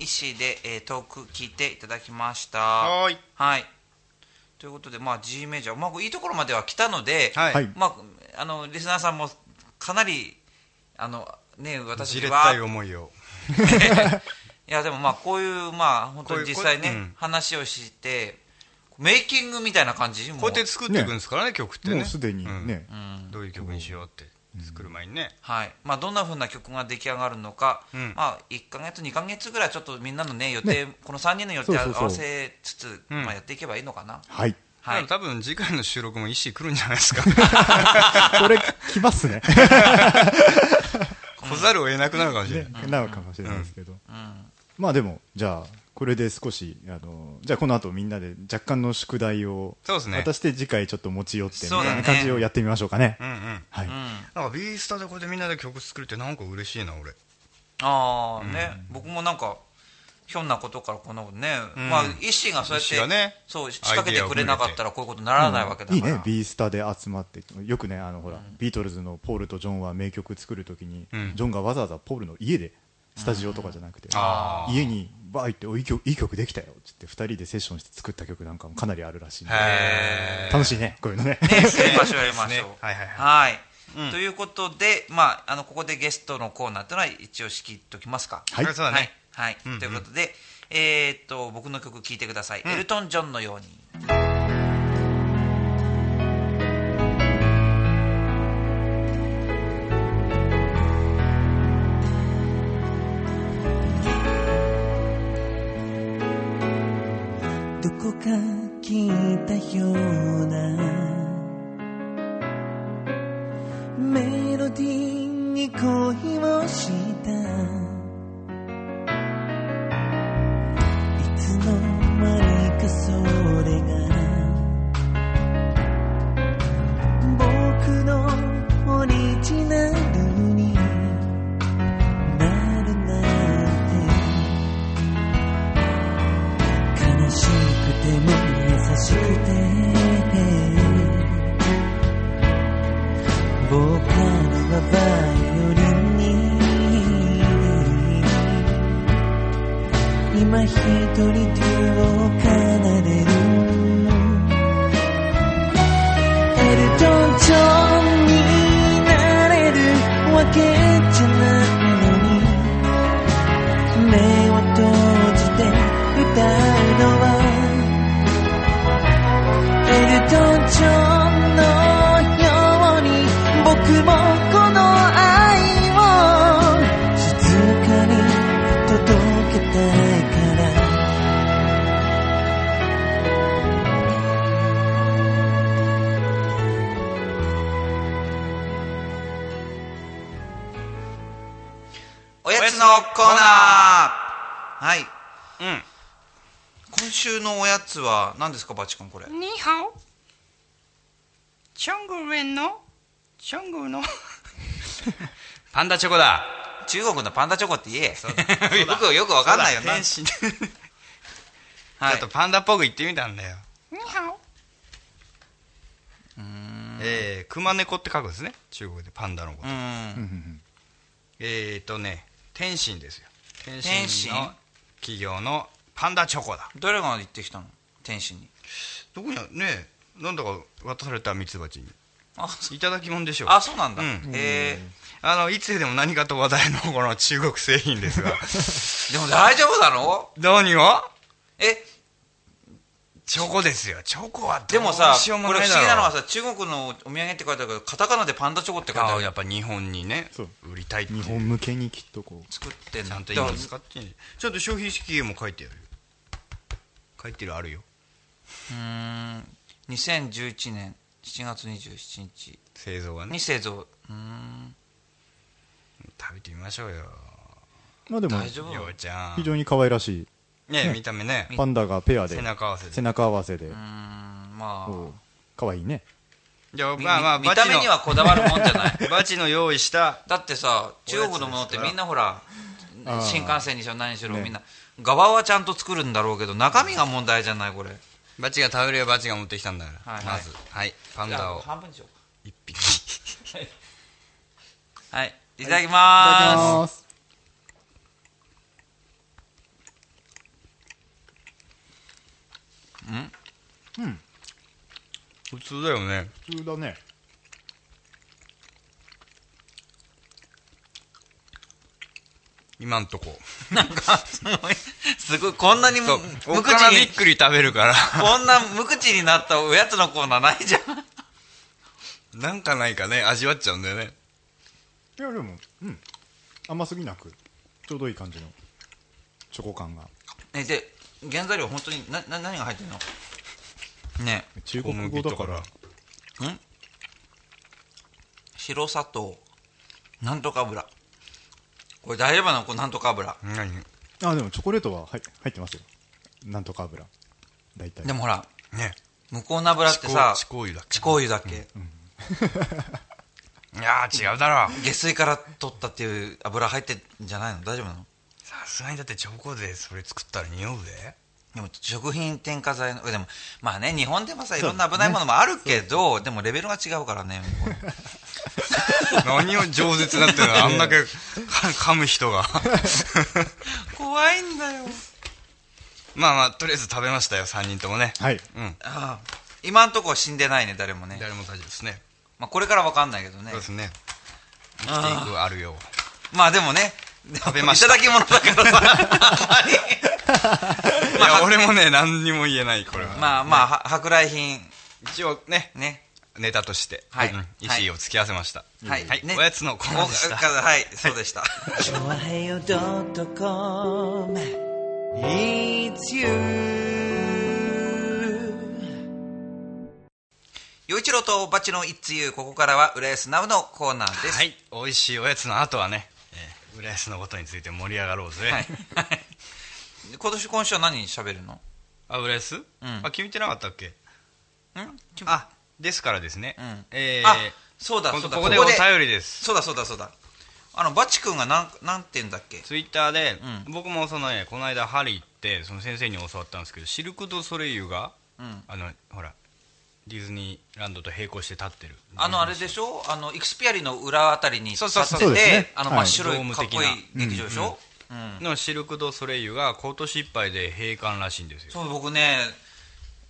Speaker 1: 意思で、えー、トーク聞いていただきました
Speaker 3: はーい
Speaker 1: はいということで、まあ、G メジャー、まあ、いいところまでは来たので、
Speaker 3: はい
Speaker 2: はい
Speaker 1: まあ、あのリスナーさんもかなりあの、ね、私
Speaker 3: じ
Speaker 1: たち
Speaker 3: れったい
Speaker 1: は
Speaker 3: 思いを
Speaker 1: いやでもまあこういう、まあ、本当に実際ね
Speaker 3: こういうこううん
Speaker 1: 話をしてメイキングみたいな感じもう
Speaker 3: こうやって作っていくんですからね曲ってね
Speaker 2: もうすでに
Speaker 3: うん
Speaker 2: ね、
Speaker 3: どういう曲にしようって作る前にね
Speaker 1: はいまあ、どんなふうな曲が出来上がるのか、
Speaker 3: うん
Speaker 1: まあ、1か月、2か月ぐらいちょっとみんなの、ね、予定、この3人の予定
Speaker 2: そうそ
Speaker 1: 合
Speaker 2: うそう
Speaker 1: わせつつ、
Speaker 3: うん
Speaker 1: まあ、やっていけばいいのかな。
Speaker 2: はい
Speaker 1: は
Speaker 3: だ
Speaker 1: い
Speaker 3: から多分次回の収録も石井来るんじゃない ですか
Speaker 2: これ来ますね
Speaker 3: 来ざるを得なくなるかもしれ
Speaker 2: ね
Speaker 3: ない
Speaker 2: なのかもしれないですけど、まあでもじゃあこれで少しあのじゃあこの後みんなで若干の宿題を
Speaker 3: そうですね
Speaker 2: 渡して次回ちょっと持ち寄ってみ
Speaker 1: そう
Speaker 2: た
Speaker 1: だ
Speaker 2: い
Speaker 1: ね
Speaker 2: な感じをやってみましょうかね
Speaker 3: うんうん
Speaker 2: はい、
Speaker 3: なんかビースタでこうやってみんなで曲作るってなんか嬉しいな俺
Speaker 1: ああね、僕もなんかひょんなことからこのね、
Speaker 3: ん
Speaker 1: まあイッシーがそうや
Speaker 3: イッシーが
Speaker 1: って、
Speaker 3: ね
Speaker 1: そう仕掛けてくれなかったらこういうことにな
Speaker 2: う
Speaker 1: ら
Speaker 2: ん
Speaker 1: ないわけだから、
Speaker 2: いいね B スタで集まってよくねあのほら、ビートルズのポールとジョンは名曲作るときに、
Speaker 3: うん
Speaker 2: ジョンがわざわざポールの家でスタジオとかじゃなくて、
Speaker 3: あー
Speaker 2: 家にバー行っておいい曲いい曲できたよっつって2人でセッションして作った曲なんかもかなりあるらしいんで
Speaker 3: へー
Speaker 2: 楽しいねこういうの ね
Speaker 1: ね、そういう場所をやりましょう。
Speaker 3: はいはい
Speaker 1: はいということで、まあ、あのここでゲストのコーナーというのは一応仕切っときますか。
Speaker 2: はい
Speaker 3: そうだね
Speaker 1: はいはい
Speaker 3: うんうん
Speaker 1: ということで、えーっと僕の曲聴いてください、エルトン・ジョンのように。
Speaker 6: どこか聞いたようなメロディーに恋をしたいつの間にかそれが僕のオリジナルになるなんて悲しくても優しくてボーカルはバイオリンに今一人手を奏でるエルトン・ジョンになれるわけじゃないのに目を閉じて歌うのはエルトン・ジョンのように僕もこの愛を静かに届けたいから
Speaker 1: おやつのコーナーはい
Speaker 3: うん
Speaker 1: 今週のおやつは何ですかバチ君これ
Speaker 7: ニーハオチョングウェンのチョングの
Speaker 3: パンダチョコだ
Speaker 1: 中国のパンダチョコって言えよくよくわかんないよな、
Speaker 3: 天使ちょ
Speaker 1: はい
Speaker 3: っとパンダっぽく言ってみたんだよ
Speaker 7: ニーハオ
Speaker 3: えー熊猫って書くんですね中国でパンダのこと
Speaker 1: うん
Speaker 3: えーとね天津ですよ天
Speaker 1: 天津
Speaker 3: 津の企業のパンダチョコだ
Speaker 1: 誰が行ってきたの天使に
Speaker 3: どこにあねえなんだか渡されたミツバチに
Speaker 1: あそ
Speaker 3: いただきもんでしょう
Speaker 1: あそうなんだ、
Speaker 3: う
Speaker 1: へ
Speaker 3: ん
Speaker 1: え
Speaker 3: あのいつでも何かと話題のこの中国製品ですが
Speaker 1: でも大丈夫だろ
Speaker 3: 何を
Speaker 1: え
Speaker 3: チョコですよチョコは
Speaker 1: で
Speaker 3: ど
Speaker 1: もさ
Speaker 3: うしようも
Speaker 1: これ
Speaker 3: ない
Speaker 1: 不思
Speaker 3: だろ
Speaker 1: 議なのはさ中国のお土産って書いてあるけどカタカナでパンダチョコって書いてあ
Speaker 3: あや
Speaker 1: る
Speaker 3: っぱ日本にね
Speaker 2: そう
Speaker 3: 売りたいっていう
Speaker 2: 日本向けにきっとこ
Speaker 1: 作ってん
Speaker 3: ち
Speaker 1: の
Speaker 3: ゃんと今使ってんちゃんと消費期限も書いてあるよ書いてるあるよ
Speaker 1: うーん2011年7月27日
Speaker 3: 製造がね
Speaker 1: に製造うーん
Speaker 3: 食べてみましょうよ
Speaker 2: うまあでも
Speaker 1: 大丈夫
Speaker 3: ようちゃん
Speaker 2: 非常に可愛らし
Speaker 3: ね
Speaker 2: ね
Speaker 3: 見た目ね
Speaker 2: いパンダがペアで
Speaker 3: 背中合わせ
Speaker 2: 背
Speaker 3: で
Speaker 2: 中合わせで
Speaker 1: うーんまあ
Speaker 2: こう可愛いね
Speaker 3: じゃあ
Speaker 1: み
Speaker 3: まあまあ
Speaker 1: み見
Speaker 3: バ
Speaker 1: た
Speaker 3: チ
Speaker 1: 目
Speaker 3: の
Speaker 1: にはこだわるもんじゃない
Speaker 3: バチの用意した
Speaker 1: だってさ中国のものってみんなほら
Speaker 2: あー
Speaker 1: 新幹線にしろ何にしろ
Speaker 2: ね
Speaker 1: みんな側はちゃんと作るんだろうけど中身が問題じゃないこれ
Speaker 3: バチが食べるよバチが持ってきたんだから、
Speaker 1: はい
Speaker 3: まずはいパンダ
Speaker 1: じゃあ
Speaker 3: を
Speaker 1: 半分にしよう
Speaker 3: 一匹
Speaker 1: かはいいただき
Speaker 2: いただき
Speaker 1: ま
Speaker 2: ます
Speaker 3: 普通だよね
Speaker 2: 普通だね
Speaker 3: 今んとこ
Speaker 1: すごい、こんなにむ
Speaker 3: そうお
Speaker 1: 無口
Speaker 3: からびっ
Speaker 1: に、
Speaker 3: くり食べるから
Speaker 1: こんな無口になったおやつのコーナーないじゃん。
Speaker 3: なんかないかね味わっちゃうんだよね
Speaker 2: いやでもうん甘すぎなくちょうどいい感じのチョコ感が
Speaker 1: え、で、原材料本当に、な、な、何が入ってるのね
Speaker 2: 中国語だから
Speaker 1: 白砂糖、なんとか油。これ大丈夫なのこれなんとか油。
Speaker 3: 何
Speaker 2: あでもチョコレートは入入ってますよなんとか油大体
Speaker 1: でもほら、
Speaker 3: ね
Speaker 1: 向こうの油ってさ、
Speaker 3: ちこう油だっけ
Speaker 1: ちこう油だっけ、
Speaker 3: いやー違うだろ
Speaker 1: 下水から取ったっていう油入ってんじゃないの大丈夫なの
Speaker 3: さすがにだってチョコでそれ作ったら匂うぜ
Speaker 1: でも食品添加剤のでもまあね日本でもさいろんな危ないものもあるけど、でもレベルが違うからね向こう
Speaker 3: 何を饒舌だって のはあんだけ か噛む人が
Speaker 1: 怖いんだよ
Speaker 3: まあまあとりあえず食べましたよ3人ともね
Speaker 2: はい
Speaker 3: うん
Speaker 1: ああ今んとこは死んでないね誰もね、
Speaker 3: 誰も大丈夫ですね
Speaker 1: まあ、これからわかんないけどね
Speaker 3: そうですね生きていくあるよ
Speaker 1: まあでもね
Speaker 3: 食べました
Speaker 1: いただき物だからさ
Speaker 3: いや俺もね何にも言えないこれは
Speaker 1: まあまあは舶来品
Speaker 3: 一応ね
Speaker 1: ね
Speaker 3: ネタとして
Speaker 1: はい
Speaker 3: うん
Speaker 1: はい
Speaker 3: 石井を付き合わせました
Speaker 1: はい
Speaker 3: はい
Speaker 1: ね
Speaker 3: おやつのコーナーでした
Speaker 1: おはいそうでした
Speaker 6: チョアヘヨドットコム It's you
Speaker 1: 陽一郎とおばちの一通ここからは浦安ナウのコーナーです、
Speaker 3: はい美味しいおやつの後はねえー浦安のことについて盛り上がろうぜ
Speaker 1: はい、今年今週は何喋るの
Speaker 3: あ浦安あ決めてなかったっけ
Speaker 1: ん
Speaker 3: あですからですね
Speaker 1: うん
Speaker 3: えー
Speaker 1: あそうだ
Speaker 3: こ
Speaker 1: そうだ
Speaker 3: ここでお便りです
Speaker 1: そうだそうだそうだあのバチ君がなんなんて言うんだっけ
Speaker 3: ツイッターで
Speaker 1: う
Speaker 3: 僕もそのねこの間ハリーってその先生に教わったんですけどシルク・ドゥ・ソレイユが
Speaker 1: うん
Speaker 3: あのほらディズニーランドと並行して立ってる
Speaker 1: あのあれでしょあのイクスピアリの裏あたりに立
Speaker 3: そう
Speaker 1: って
Speaker 3: そうそう
Speaker 2: そうです
Speaker 1: て
Speaker 2: ね
Speaker 1: あの
Speaker 2: はい
Speaker 1: 真っ白い
Speaker 3: ドーム
Speaker 1: かっ
Speaker 3: 的
Speaker 1: こ
Speaker 3: ない
Speaker 1: い劇場でしょうん
Speaker 3: のシルク・ドゥ・ソレイユが今年いっぱいで閉館らしいんですよ
Speaker 1: そう僕ね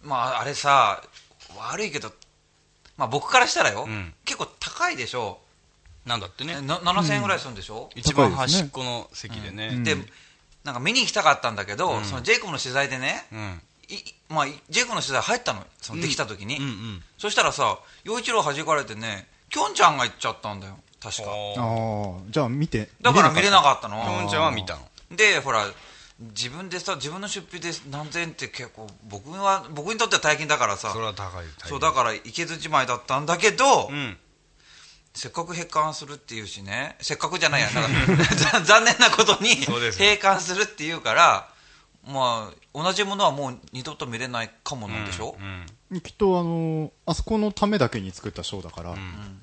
Speaker 1: まああれさ悪いけどまあ僕からしたらよ
Speaker 3: うん
Speaker 1: 結構高いでしょ
Speaker 3: なんだって
Speaker 1: な
Speaker 3: ね
Speaker 1: 7000円ぐらいするんでしょ
Speaker 3: 一番端っこの席でね
Speaker 1: でなんか見に行きたかったんだけどそのジェイコブの取材でね
Speaker 3: うん
Speaker 1: いまあジェイコブの取材入ったのよそのできた時に
Speaker 3: うんうん
Speaker 1: そしたらさ陽一郎はじかれてねきょんちゃんが行っちゃったんだよ確か
Speaker 2: ああじゃあ見て
Speaker 1: だから見れな
Speaker 2: っ
Speaker 1: かった
Speaker 3: きょん
Speaker 1: の
Speaker 3: ちゃんは見たの
Speaker 1: でほら自分でさ自分の出費で何千円って結構僕は僕にとっては大金だからさ
Speaker 3: それは高い
Speaker 1: そうだから行けずじまいだったんだけど、
Speaker 3: うん
Speaker 1: せっかく閉館するっていうしねせっかくじゃないやなんか 残念なことに
Speaker 3: そうです
Speaker 1: 閉館するっていうからまあ同じものはもう二度と見れないかもなんでしょ、
Speaker 3: うん
Speaker 2: たきっとあのあそこのためだけに作ったショーだから、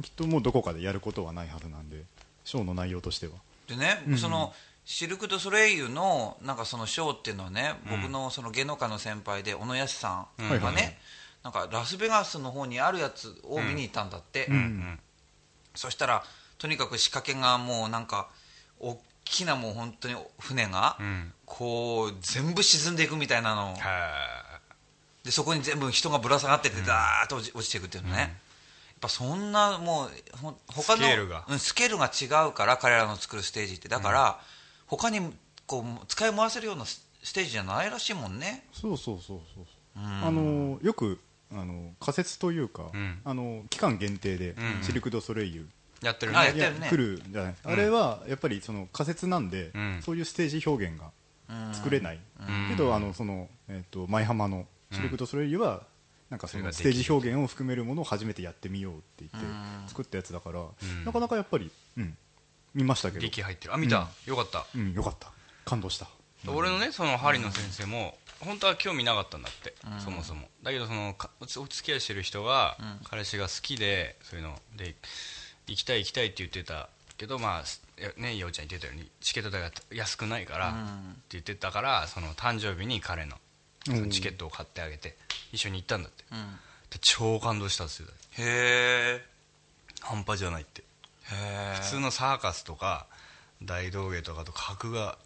Speaker 2: きっともうどこかでやることはないはずなんでショーの内容としては
Speaker 1: でね、そのシルク・ドゥ・ソレイユのなんかそのショーっていうのはね、僕のその芸能界の先輩で小野安さんがね、
Speaker 2: はいはいは
Speaker 1: なんかラスベガスの方にあるやつを見に行ったんだって、
Speaker 3: うん
Speaker 1: そしたらとにかく仕掛けがもうなんか大きなもう本当に船が、
Speaker 3: うん
Speaker 1: こう全部沈んでいくみたいなの、
Speaker 3: は
Speaker 1: でそこに全部人がぶら下がっててダーッと落ち落ちていくっていうのね、やっぱそんなもうほ他の
Speaker 3: スケールが
Speaker 1: うん、スケールが違うから彼らの作るステージってだから、他にこう使い回せるようなスステージじゃないらしいもんね
Speaker 2: そうそうそうそうあのよくあの仮説というか、
Speaker 3: うん
Speaker 2: あの期間限定で
Speaker 3: ん
Speaker 2: シルク・ドゥ・ソレイユ
Speaker 3: いやってる
Speaker 1: あやっ
Speaker 3: ね
Speaker 1: てるね
Speaker 2: 来るじゃない、あれはやっぱりその仮説なんで、
Speaker 3: うん
Speaker 2: そういうステージ表現が作れない、けどあのその、えー、と舞浜のシルク・ドゥ・ソレイユは、なんかそ
Speaker 3: それが
Speaker 2: の
Speaker 3: で
Speaker 2: ス
Speaker 3: き
Speaker 2: テ
Speaker 3: る
Speaker 2: ージ表現を含めるものを初めてやってみようって言って作ったやつだから、なかなかやっぱり、うん、見ましたけど、
Speaker 3: 力入ってるあ見たよかった
Speaker 2: うん、よかった感動した
Speaker 3: 俺のねその針の先生も本当は興味なかったんだってそもそもだけどそのかおお付き合いしてる人が彼氏が好きでそういうので行きたい行きたいって言ってたけどまあすいやねようちゃん言ってたようにチケット代が安くないからって言ってたからその誕生日に彼のそのチケットを買ってあげて一緒に行ったんだってで超感動したっすよ
Speaker 1: へえ
Speaker 3: 半端じゃないって
Speaker 1: へ
Speaker 3: 普通のサーカスとか大道芸とかと格が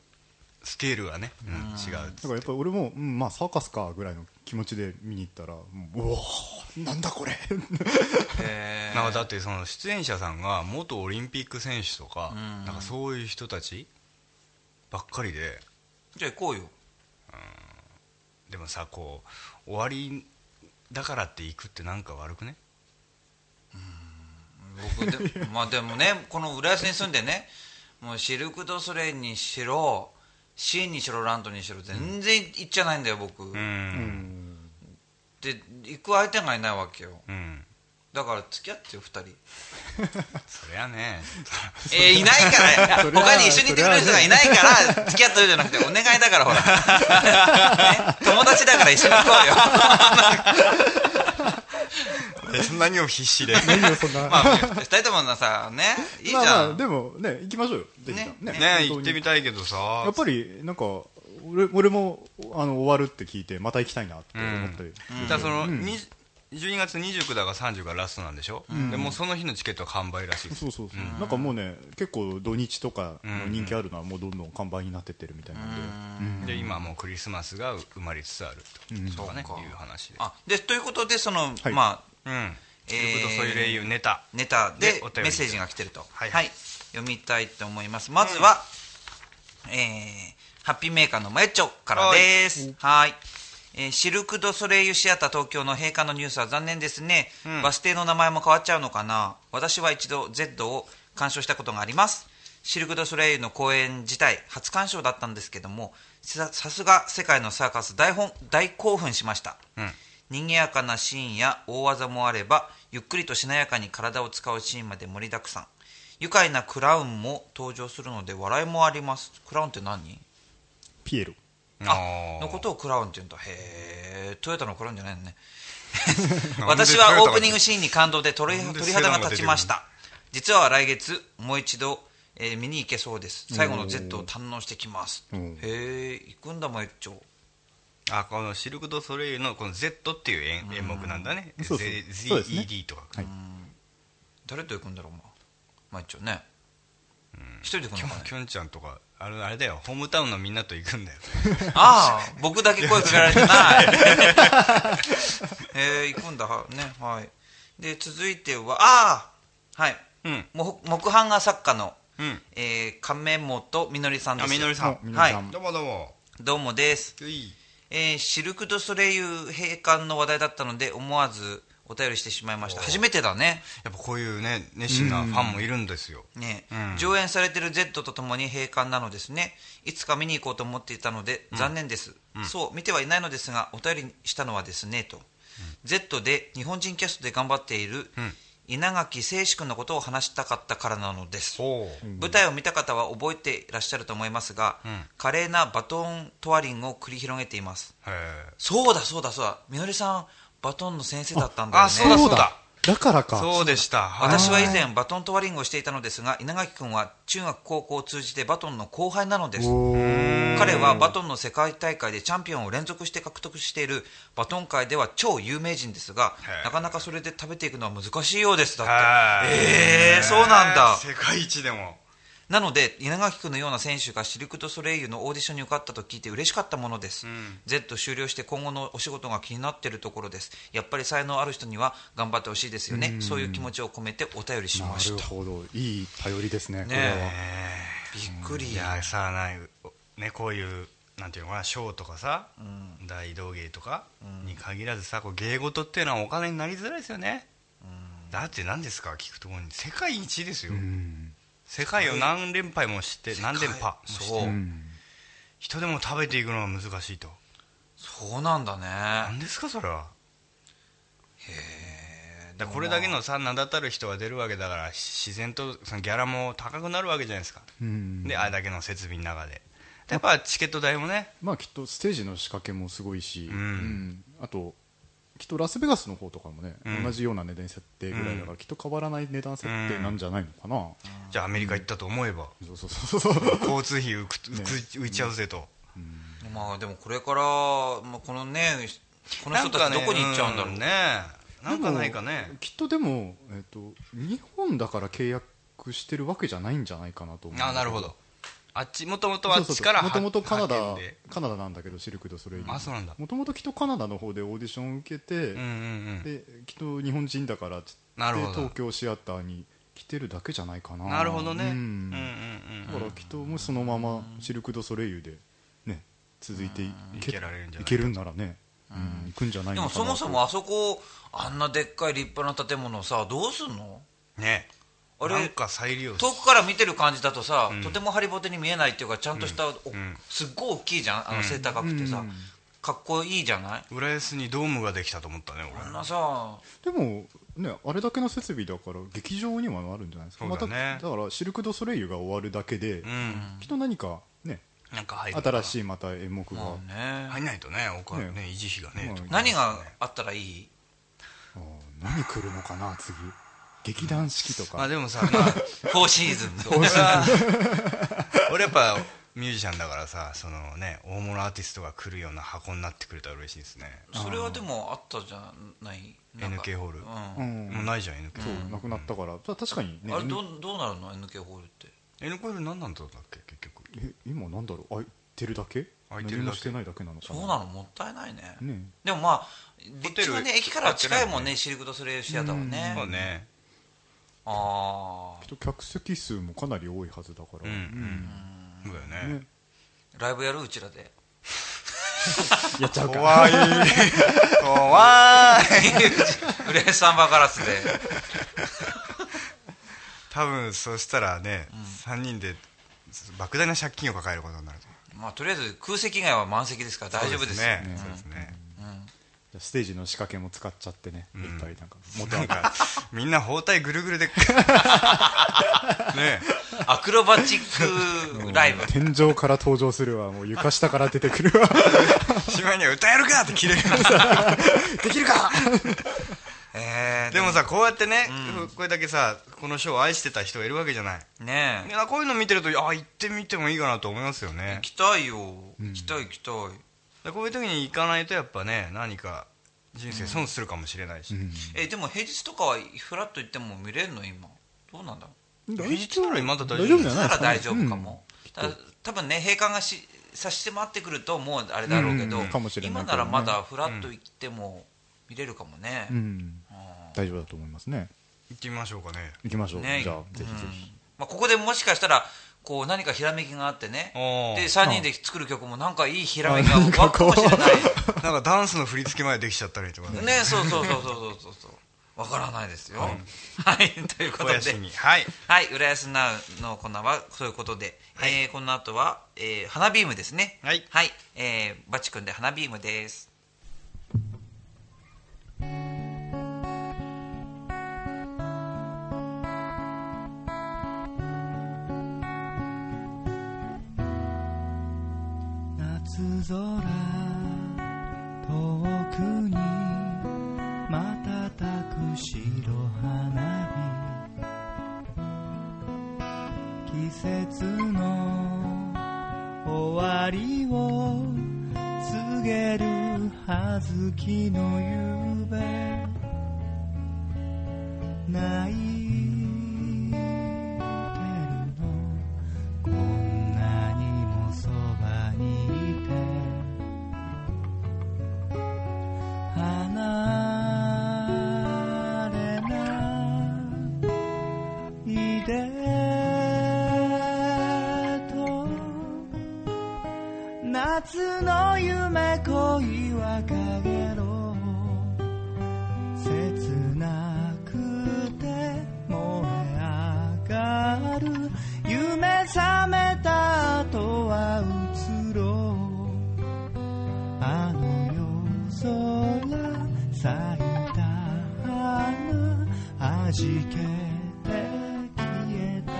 Speaker 3: スケールがね、うん違うっつ
Speaker 2: だからやっぱり俺も、うん、まあサーカスかぐらいの気持ちで見に行ったらもううおーなんだこれ
Speaker 1: へー
Speaker 3: なんかだってその出演者さんが元オリンピック選手と
Speaker 1: う
Speaker 3: か、
Speaker 1: ん
Speaker 3: なんかそういう人たちばっかりで
Speaker 1: じゃあ行こうよ
Speaker 3: でもさこう終わりだからって行くってなんか悪くね
Speaker 1: 僕で まあでもねこの浦安に住んでねもうシルク・ドゥソレイユにしろシーンにしろランドにしろ全然行っちゃないんだよ僕、
Speaker 3: うん
Speaker 1: で行く相手がいないわけよ
Speaker 3: うん、
Speaker 1: だから付き合ってよ2人
Speaker 3: そりゃね
Speaker 1: えーいないから
Speaker 2: それは
Speaker 1: 他に一緒に行ってくれる人がいないから付き合ってるじゃなくてお願いだからほら、 ね友達だから一緒に行こうよ
Speaker 3: 何を必 死で
Speaker 2: 何をそんな、
Speaker 1: まあ2人 ともなさねいいじゃん、
Speaker 2: まあまあでもね行きましょうよぜひね
Speaker 1: ね
Speaker 3: ね行ってみ
Speaker 2: い
Speaker 3: たいけどさ
Speaker 2: やっぱりなんか俺俺もあの終わるって聞いてまた行きたいなって思ったり、
Speaker 3: じゃあその、に12月29だが30がラストなんでしょ、でもうその日のチケットは完売らしいです
Speaker 2: そうそうそう、なんかもうね結構土日とかの人気あるのはもうどんどん完売になってってるみたいなんで、
Speaker 3: で今もうクリスマスが埋まりつつあるとかね、
Speaker 1: そうか
Speaker 3: いう話で
Speaker 1: あでということでその、
Speaker 2: はい
Speaker 1: まあ
Speaker 3: うん
Speaker 1: え
Speaker 3: ということそういう例言うネタ
Speaker 1: ネタで
Speaker 3: でお便り
Speaker 1: メッセージが来てると、は
Speaker 3: はいい
Speaker 1: 読みたいと思いますまずは、えーハッピーメーカーのまえちょからですはいえーシルク・ドゥソレイユシアター東京の閉館のニュースは残念ですね、
Speaker 3: うん
Speaker 1: バス停の名前も変わっちゃうのかな私は一度 Z を鑑賞したことがありますシルク・ドゥソレイユの公演自体初鑑賞だったんですけどもささすが世界のサーカス大本大興奮しました、
Speaker 3: うん
Speaker 1: 賑やかなシーンや大技もあればゆっくりとしなやかに体を使うシーンまで盛りだくさん愉快なクラウンも登場するので笑いもありますクラウンって何
Speaker 2: ピエロ
Speaker 1: あ
Speaker 3: ー
Speaker 1: のことをクラウンって言うんだへえトヨタのクラウンじゃないのね
Speaker 3: なんで
Speaker 1: 私
Speaker 3: トヨタが
Speaker 1: はオープニングシーンに感動で鳥
Speaker 3: なんで
Speaker 1: 鳥肌が
Speaker 3: セダン
Speaker 1: 立
Speaker 3: が出てく
Speaker 1: ち
Speaker 3: る
Speaker 1: ました実は来月もう一度、えー見に行けそうです最後の Z を堪能してきます
Speaker 2: お
Speaker 1: へ
Speaker 2: ー
Speaker 1: え行くんだもん一丁
Speaker 3: あこのシルク・ドゥ・ソレイユのこの Z っていう演演目なんだね、
Speaker 2: んそうそう
Speaker 3: Z-
Speaker 2: そうですね
Speaker 3: ZED とか、
Speaker 2: はい
Speaker 1: 誰と行くんだろうまあまあ一丁ね一人で来
Speaker 3: き
Speaker 1: る
Speaker 3: ょ
Speaker 1: の
Speaker 3: ん
Speaker 1: かね
Speaker 3: きょんちゃんとかあれあれだよホームタウンのみんなと行くんだよ
Speaker 1: ああ、僕だけ声かけられてない。えー、行くんだ、はね、はい。で、続いては、ああ、はい。
Speaker 3: うん
Speaker 1: も木版画作家の、
Speaker 3: うん
Speaker 1: えー、亀本みのりさんです。
Speaker 3: あみのりさん
Speaker 2: みの
Speaker 1: は
Speaker 2: りさん
Speaker 1: い、
Speaker 3: どうもどうも
Speaker 1: どうもです。
Speaker 3: うい
Speaker 1: えー、シルク・ドゥ・ソレイユ閉館の話題だったので、思わずお便りしてしまいました。初めてだね。
Speaker 3: やっぱこういうね熱心なファンもいるんですよ、
Speaker 1: ね、
Speaker 3: うん
Speaker 1: 上演されてる Z とともに閉館なのですねいつか見に行こうと思っていたので残念です、そう見てはいないのですがお便りしたのはですねと、Z で日本人キャストで頑張っている
Speaker 3: ん
Speaker 1: 稲垣誠志君のことを話したかったからなのです、
Speaker 3: ほう
Speaker 1: 舞台を見た方は覚えていらっしゃると思いますが、
Speaker 3: ん
Speaker 1: 華麗なバトントワリングを繰り広げています
Speaker 3: へえ
Speaker 1: そうだそうだそうだみのりさんバトンの先生だったんだよね
Speaker 3: あそうだそうだ
Speaker 2: だからか
Speaker 3: そうでしたはい
Speaker 1: 私は以前バトントワリングをしていたのですが稲垣君は中学高校を通じてバトンの後輩なのです
Speaker 2: おー
Speaker 1: 彼はバトンの世界大会でチャンピオンを連続して獲得しているバトン界では超有名人ですが
Speaker 3: へえ
Speaker 1: なかなかそれで食べていくのは難しいようですだっ
Speaker 3: はい
Speaker 1: てええそうなんだ
Speaker 3: 世界一でも
Speaker 1: なので稲垣君のような選手がシルク・ドゥ・ソレイユのオーディションに受かったと聞いて嬉しかったものです、Z 終了して今後のお仕事が気になっているところですやっぱり才能ある人には頑張ってほしいですよね、そういう気持ちを込めてお便りし
Speaker 2: な
Speaker 1: まし
Speaker 2: る
Speaker 1: た
Speaker 2: ほどいい頼りですねこれは
Speaker 1: ねびっくり
Speaker 3: いやさあないねこういうなんていうのかなショーとかさ、大道芸とかに限らずさこう芸事っていうのはお金になりづらいですよね、だって何ですか聞くところに世界一ですよ、
Speaker 2: うん
Speaker 3: 世界を何連敗もして何連覇もして
Speaker 1: そう、
Speaker 2: うん
Speaker 3: 人でも食べていくのが難しいと
Speaker 1: そうなんだね
Speaker 3: 何ですかそれはだからこれだけのさ名だたる人が出るわけだからし自然とそのギャラも高くなるわけじゃないですか、
Speaker 2: うん
Speaker 3: であれだけの設備の中でやっぱチケット代もね
Speaker 2: まあきっとステージの仕掛けもすごいし、
Speaker 3: ん
Speaker 2: うんあときっとラスベガスの方とかもね、
Speaker 3: うん
Speaker 2: 同じような値段設定ぐらいだから、きっと変わらない値段設定なんじゃないのかな、
Speaker 3: じゃあアメリカ行ったと思えば、
Speaker 2: そうそうそうそう
Speaker 3: 交通費浮く浮く浮いちゃうぜと、
Speaker 1: まあでもこれから、まあ、このねこの人たちどこに行っちゃうんだろう
Speaker 3: ねなんかないかね
Speaker 2: でもきっとでも、えっと日本だから契約してるわけじゃないんじゃないかなと思うんだ
Speaker 3: あ
Speaker 2: け
Speaker 3: なるほどあっちもともとあっちから
Speaker 2: もともとカナ
Speaker 3: 派遣
Speaker 2: ダ
Speaker 3: で
Speaker 2: カナダなんだけどシルク・ドゥソレイユ
Speaker 3: あそうなんだ
Speaker 2: もともときっとカナダの方でオーディションを受けて、
Speaker 3: うんうんうん
Speaker 2: できっと日本人だからっつって
Speaker 3: なるほど
Speaker 2: 東京シアターに来てるだけじゃないかな
Speaker 3: なるほどね
Speaker 2: う
Speaker 3: うん
Speaker 2: ん
Speaker 3: うん
Speaker 2: だ
Speaker 3: う
Speaker 2: か
Speaker 3: ん
Speaker 2: らきっともしそのままシルク・ドゥ・ソレイユで、ね、続いていけ
Speaker 3: いけられるんじゃない
Speaker 2: いけるんならね、うん、行くんじゃない
Speaker 1: で
Speaker 2: の
Speaker 1: も
Speaker 2: かな
Speaker 1: そもそもあそこあんなでっかい立派な建物さどうすんの
Speaker 3: ね
Speaker 1: あれ
Speaker 3: なんか再利用し
Speaker 1: 遠くから見てる感じだとさ、とてもハリボテに見えないっていうかちゃんとした、お
Speaker 3: ん
Speaker 1: すっごい大きいじゃんあの背高くてさ、
Speaker 2: うん
Speaker 1: かっこいいじゃない
Speaker 3: 浦安にドームができたと思ったね
Speaker 1: あん
Speaker 3: 俺
Speaker 1: なさ
Speaker 2: でも、ね、あれだけの設備だから劇場にはなるんじゃないですか
Speaker 3: そうだね
Speaker 2: まただからシルク・ドゥ・ソレイユが終わるだけで、
Speaker 3: うん
Speaker 2: きっと何か、ね、
Speaker 3: なんか入る
Speaker 2: 新
Speaker 3: い
Speaker 2: しいまた演目が、
Speaker 1: もうね、
Speaker 3: 入んないとねお金
Speaker 2: ね
Speaker 3: ね維持費がね
Speaker 2: うん
Speaker 3: とか
Speaker 1: 何があったらいい
Speaker 2: あー何来るのかな次劇団四季とか、
Speaker 3: まあでも さまあ
Speaker 1: 4シーズンの
Speaker 3: 俺は俺やっぱミュージシャンだからさそのね大物アーティストが来るような箱になってくれたら嬉しいですね
Speaker 1: それはでもあったじゃないなんか
Speaker 3: NK ホール
Speaker 1: うん
Speaker 2: うん
Speaker 3: もうないじゃん NK
Speaker 2: そうなくなったから、ただ確かにね
Speaker 1: あれどうどうなるの NK ホールって
Speaker 3: NK ホール何なんだったっけ結局
Speaker 2: え今なんだろう開いてるだけ
Speaker 3: 開いてるだけ
Speaker 2: 何もしてないだけなのか
Speaker 1: そう
Speaker 2: な
Speaker 1: なのもったいないね
Speaker 2: ね
Speaker 1: でもまあ
Speaker 3: テ
Speaker 1: 立地
Speaker 3: ル
Speaker 1: はね駅からは近いも
Speaker 3: や
Speaker 1: ん
Speaker 3: ってないもん
Speaker 1: ね
Speaker 3: ね
Speaker 1: シルク・ドゥ・ソレイユシアターはね
Speaker 3: そうね
Speaker 1: あ
Speaker 2: きっと客席数もかなり多いはずだか
Speaker 3: う
Speaker 2: ら、
Speaker 3: んうんそうだよね
Speaker 2: ね
Speaker 1: あライブやるうちらで
Speaker 2: やっちゃうか
Speaker 3: 怖い怖い
Speaker 1: フレーサンバガラスで
Speaker 3: 多分そうしたらね3人で莫大な借金を抱えることになると
Speaker 1: まあとりあえず空席以外は満席ですから大丈夫ですよ
Speaker 3: ねそうですね
Speaker 2: ステージの仕掛けも使っちゃってね、いっぱいなんか
Speaker 3: もうなんかみんな包帯ぐるぐるでね
Speaker 1: アクロバチックライブ
Speaker 2: 天井から登場するわもう床下から出てくるわ
Speaker 3: しまいには歌えるかって切れるような
Speaker 2: できるか
Speaker 1: えー
Speaker 3: でもさこうやってね、これだけさこのショーを愛してた人がいるわけじゃない
Speaker 1: ね
Speaker 3: い
Speaker 1: え
Speaker 3: やこういうの見てるとあ行ってみてもいいかなと思いますよね
Speaker 1: 行きたいよ行きたい行きたい
Speaker 3: でこういう時に行かないとやっぱね何か人生損するかもしれないし、
Speaker 1: えでも平日とかはフラッと行っても見れるの今どうなんだろう
Speaker 3: 平日ならまだ大丈
Speaker 2: 大
Speaker 3: 夫
Speaker 2: 丈夫じ
Speaker 3: だ
Speaker 2: ゃ
Speaker 3: よ
Speaker 2: な
Speaker 1: ない
Speaker 2: です
Speaker 1: ら
Speaker 2: かね
Speaker 1: 大丈夫かも、ただ多分ね閉館がし差し迫ってくるともうあれだろうけど、
Speaker 2: うんかもしれな
Speaker 1: 今
Speaker 2: いけどね
Speaker 1: ならまだフラッと行っても見れるかもね、
Speaker 2: うん、うん大丈夫だと思いますね
Speaker 3: 行ってみましょうかね
Speaker 2: 行きましょう、
Speaker 1: ね
Speaker 2: じゃあぜひぜ
Speaker 1: うんまあ、ここでもしかしたらこう何かひらめきがあってね
Speaker 3: おー
Speaker 1: で3人で作る曲もなんかいいひらめきが湧くかもしれない
Speaker 3: なんかダンスの振り付けまでできちゃったりとかね
Speaker 1: ねそうそうそうそうそうそうそうわからないですよはい、ということ
Speaker 3: 小
Speaker 1: で
Speaker 3: 屋しにはい
Speaker 1: はい、浦安ナウのコーナーはそういうことで、えーこの後は、えー花ビームですね。
Speaker 3: はい
Speaker 1: えーバチ君で花ビームです。
Speaker 6: 夏空遠くに瞬く白花火季節の終わりを告げる小豆の夕べ泣いてるのこんなにもそばにいて離れないでと夏の夢恋は陰ろう切なくて燃え上がる夢覚めた後は移ろうあの夜空咲いた花弾けて消えた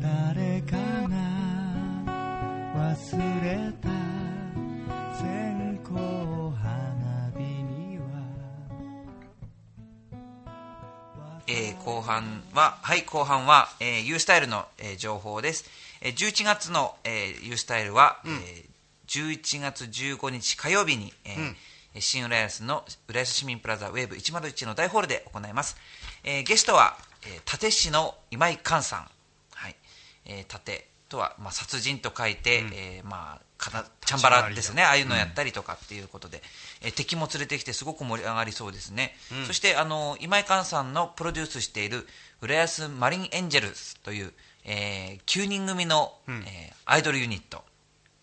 Speaker 6: 誰かが忘れた線香花火には
Speaker 1: えー後半は、はい、後半は、えー、ユースタイルの、えー情報です。えー11月の、えー、ユースタイルは、えー11月15日火曜日に、えー新浦安の浦安市民プラザウェーブ101の大ホールで行います。えーゲストは、えー、立石の今井寛さん。はい。えー盾とは、まあ、殺人と書いて、
Speaker 3: うん
Speaker 1: えーまあ、かなチ
Speaker 3: ち
Speaker 1: ャン
Speaker 3: 回り
Speaker 1: バ
Speaker 3: だ
Speaker 1: ラですねああいうのやったりとかっていうことで、えー敵も連れてきてすごく盛り上がりそうですね、そしてあの今井寛さんのプロデュースしている浦安マリンエンジェルスという、えー9人組の、
Speaker 3: ん
Speaker 1: えーアイドルユニット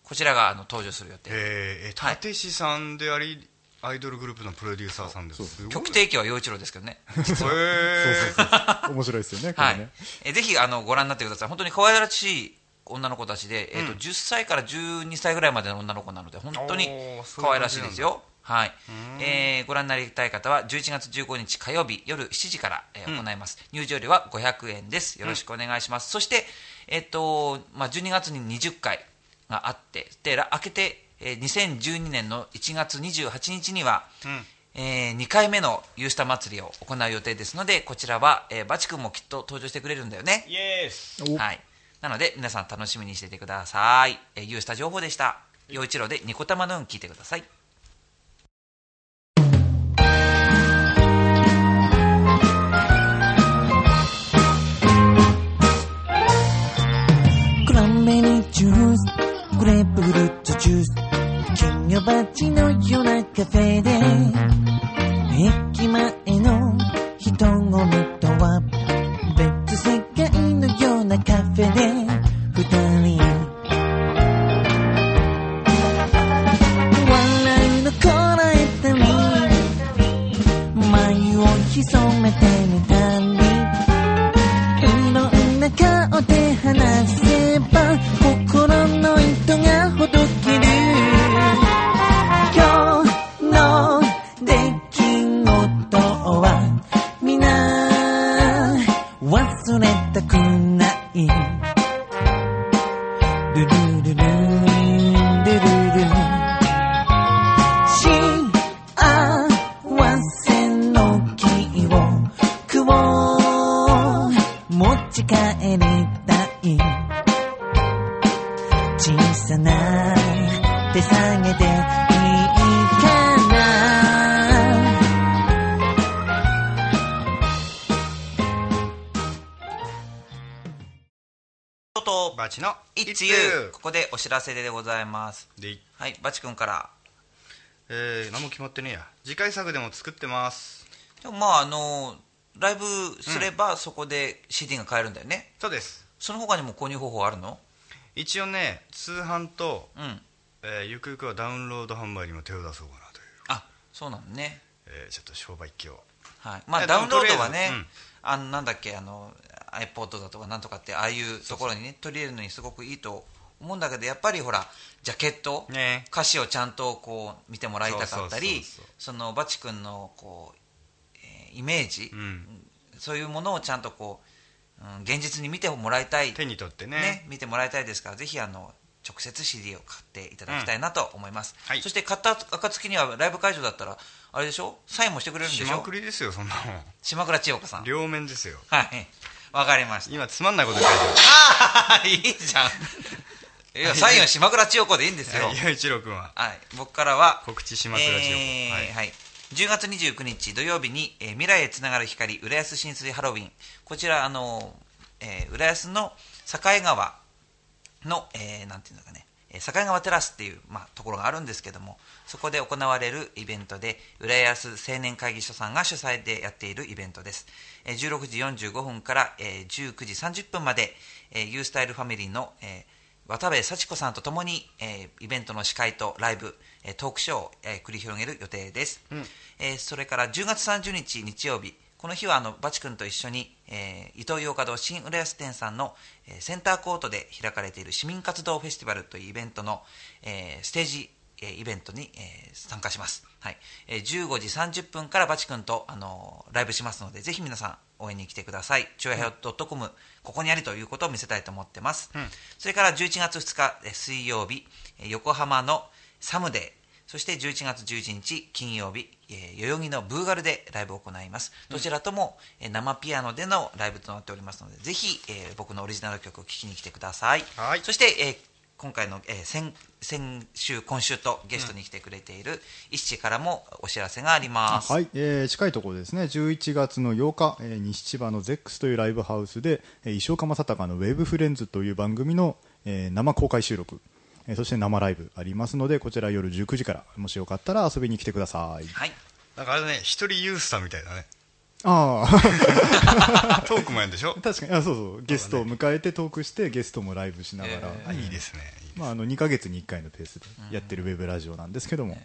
Speaker 1: こちらがあの登場する予定
Speaker 3: えー、
Speaker 1: はい
Speaker 3: えたてしさんであり、アイドルグループのプロデューサーさんです。すごい
Speaker 1: 曲提供は陽一郎ですけどね
Speaker 3: へー
Speaker 2: 面白いですよ ね、こ
Speaker 1: は
Speaker 2: れ
Speaker 1: い
Speaker 2: ね。
Speaker 1: えーぜひあのご覧になってください、本当に可愛らしい女の子たちで、えーと10歳から12歳ぐらいまでの女の子なので、本当に
Speaker 3: おーそういう
Speaker 1: 可愛らしいですよ。はい
Speaker 3: ん
Speaker 1: えーご覧になりたい方は11月15日火曜日夜7時から、えー行います、入場料は500円ですよろしくお願いします、そして、えっとまあ、12月に20回があってでら明けて、えー2012年の1月28日には、え2回目のユースタ祭りを行う予定ですのでこちらは、えーバチ君もきっと登場してくれるんだよね、
Speaker 3: イエース
Speaker 2: お
Speaker 1: はい、なので皆さん楽しみにしててください、えー、ユースタ情報でした陽一郎でニコ玉の運聞いてください
Speaker 6: クラメリジュースグレープフルーツジュース金魚鉢のようなカフェで駅前の人混みとは別世界のようなカフェで二人笑いのこらえたり眉を潜めてみたりいろんな顔で話せば心の糸がほどける今日の出来事はみんな忘れたくないルルルルルルルル幸せの木をくを持ち帰りたい小さな手下げでいいかな
Speaker 1: とうとう
Speaker 3: バチの
Speaker 1: 一
Speaker 3: 一
Speaker 1: 遊
Speaker 3: 遊
Speaker 1: ここでお知らせでございます
Speaker 3: でい
Speaker 1: はいバチ君から
Speaker 3: えー、何も決まってねえや次回作でも作ってます
Speaker 1: でもまああのライブすればそこで CD が買えるんだよね、
Speaker 3: そうです
Speaker 1: その他にも購入方法あるの
Speaker 3: 一応ね通販と、
Speaker 1: うん
Speaker 3: えーゆくゆくはダウンロード販売にも手を出そうかなという
Speaker 1: あそうなのね、
Speaker 3: えーちょっと商売気を
Speaker 1: はい、ま
Speaker 3: い
Speaker 1: あ
Speaker 3: や
Speaker 1: ダウンロードはね
Speaker 3: でもとりあえずうん
Speaker 1: あのなんだっけあの iPod だとかなんとかってああいうところにね取り入れるのにすごくいいと思うんだけどやっぱりほらジャケット、
Speaker 3: ね
Speaker 1: 歌詞をちゃんとこう見てもらいたかったり
Speaker 3: そうそうそうそう
Speaker 1: そのバチ君のこう、えーイメージ、
Speaker 3: うん
Speaker 1: そういうものをちゃんとこう、うん、現実に見てもらいたい
Speaker 3: 手に取ってね
Speaker 1: ね、見てもらいたいですから、ぜひあの直接 CD を買っていただきたいなと思います、
Speaker 3: はい
Speaker 1: そして買った暁にはライブ会場だったら、あれでしょ、サインもしてくれるんでし
Speaker 3: しま
Speaker 1: ょ
Speaker 3: く、りですよそんなもん
Speaker 1: 島倉千代子さん。はい、
Speaker 3: 両面ですよ
Speaker 1: わかりました。
Speaker 3: 今つまんないこと書いて
Speaker 1: ああ、いいじゃん。いや、サインは島倉千代子でいいんです
Speaker 3: る
Speaker 1: よ
Speaker 3: はい。ゆういちろうくんは
Speaker 1: はい、僕からは、
Speaker 3: 告知しまくらちよ、
Speaker 1: えー
Speaker 3: は
Speaker 1: はいい10月29日土曜日に、えー未来へつながる光浦安浸水ハロウィンこちらあのー、えー浦安の境川の、えーなんていうのかねえー境川テラスっていう、まあ、ところがあるんですけどもそこで行われるイベントで浦安青年会議所さんが主催でやっているイベントです、えー16時45分から、えー19時30分まで、えー、ユースタイルファミリーの、えー渡部幸子さんとともに、えーイベントの司会とライブ、えートークショーを、えー繰り広げる予定です、えーそれから10月30日日曜日この日はあのバチ君と一緒に、えー伊東洋華堂新浦安店さんの、えーセンターコートで開かれている市民活動フェスティバルというイベントの、えーステージ、えーイベントに、えー参加します、はいえー15時30分からバチ君と、あのーライブしますのでぜひ皆さん応援に来てください。ちょやへよ .com、ここにありということを見せたいと思ってます。それから11月2日えー水曜日、えー横浜のサムデー、そして11月11日金曜日、えー代々木のブーガルでライブを行います。どちらとも、えー生ピアノでのライブとなっておりますので、ぜひ、えー僕のオリジナル曲を聴きに来てください。
Speaker 3: はい
Speaker 1: そして、えー今回の、えー先先週今週とゲストに来てくれている一師からもお知らせがあります、
Speaker 2: はい、えー近いところですね11月の8日、えー西千葉のゼックスというライブハウスで、えー石岡正隆の「ウェブフレンズという番組の、えー生公開収録、えーそして生ライブありますのでこちら夜19時からもしよかったら遊びに来てください
Speaker 1: はい
Speaker 3: なんかあれだね一人ユースさんみたいだね
Speaker 2: ああ
Speaker 3: トークもやるんでしょ
Speaker 2: 確かにあそうそうゲストを迎えてトークしてゲストもライブしながら、
Speaker 1: え
Speaker 3: あいいですね
Speaker 2: まあ、あの2か月に1回のペースでやってるウェブラジオなんですけども、
Speaker 1: ん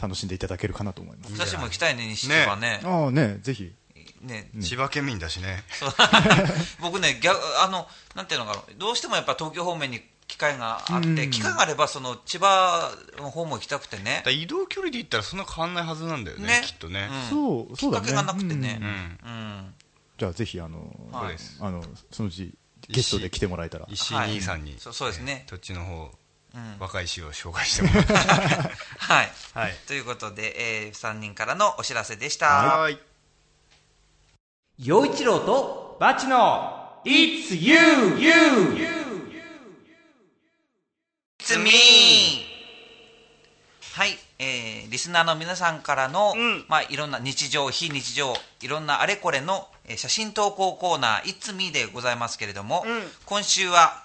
Speaker 2: 楽しんでいただけるかなと思います、
Speaker 1: 私も行きたいね西千葉ね
Speaker 2: ああねぜひ
Speaker 1: ね
Speaker 3: 千葉県民だしね
Speaker 1: そう 僕ね逆あのなんていうのかなどうしてもやっぱ東京方面に機会があって、
Speaker 2: うん
Speaker 1: 機会があればその千葉の方も行きたくてね
Speaker 3: だから移動距離で言ったらそんな変わんないはずなんだよね
Speaker 1: ね
Speaker 3: きっとね
Speaker 1: うん
Speaker 2: そうそうだね
Speaker 1: きっかけがなくてね
Speaker 2: うん
Speaker 3: うん
Speaker 1: うん
Speaker 2: じゃあぜひあの、
Speaker 1: はいそうです
Speaker 2: あのそのうちゲストで来てもらえたら
Speaker 3: 石井兄さんに、
Speaker 1: はいそうそうですね
Speaker 3: えーどっちの方、
Speaker 1: うん
Speaker 3: 若い石を紹介してもらって
Speaker 1: はい、
Speaker 3: はい
Speaker 1: ということで、えー、3人からのお知らせでした、
Speaker 3: はい
Speaker 4: 陽一郎と
Speaker 6: バチの It's you, you, you.
Speaker 1: It's me はい、えーリスナーの皆さんからの、まあ、いろんな日常、非日常、いろんなあれこれの、えー写真投稿コーナー、It's me でございますけれども、今週は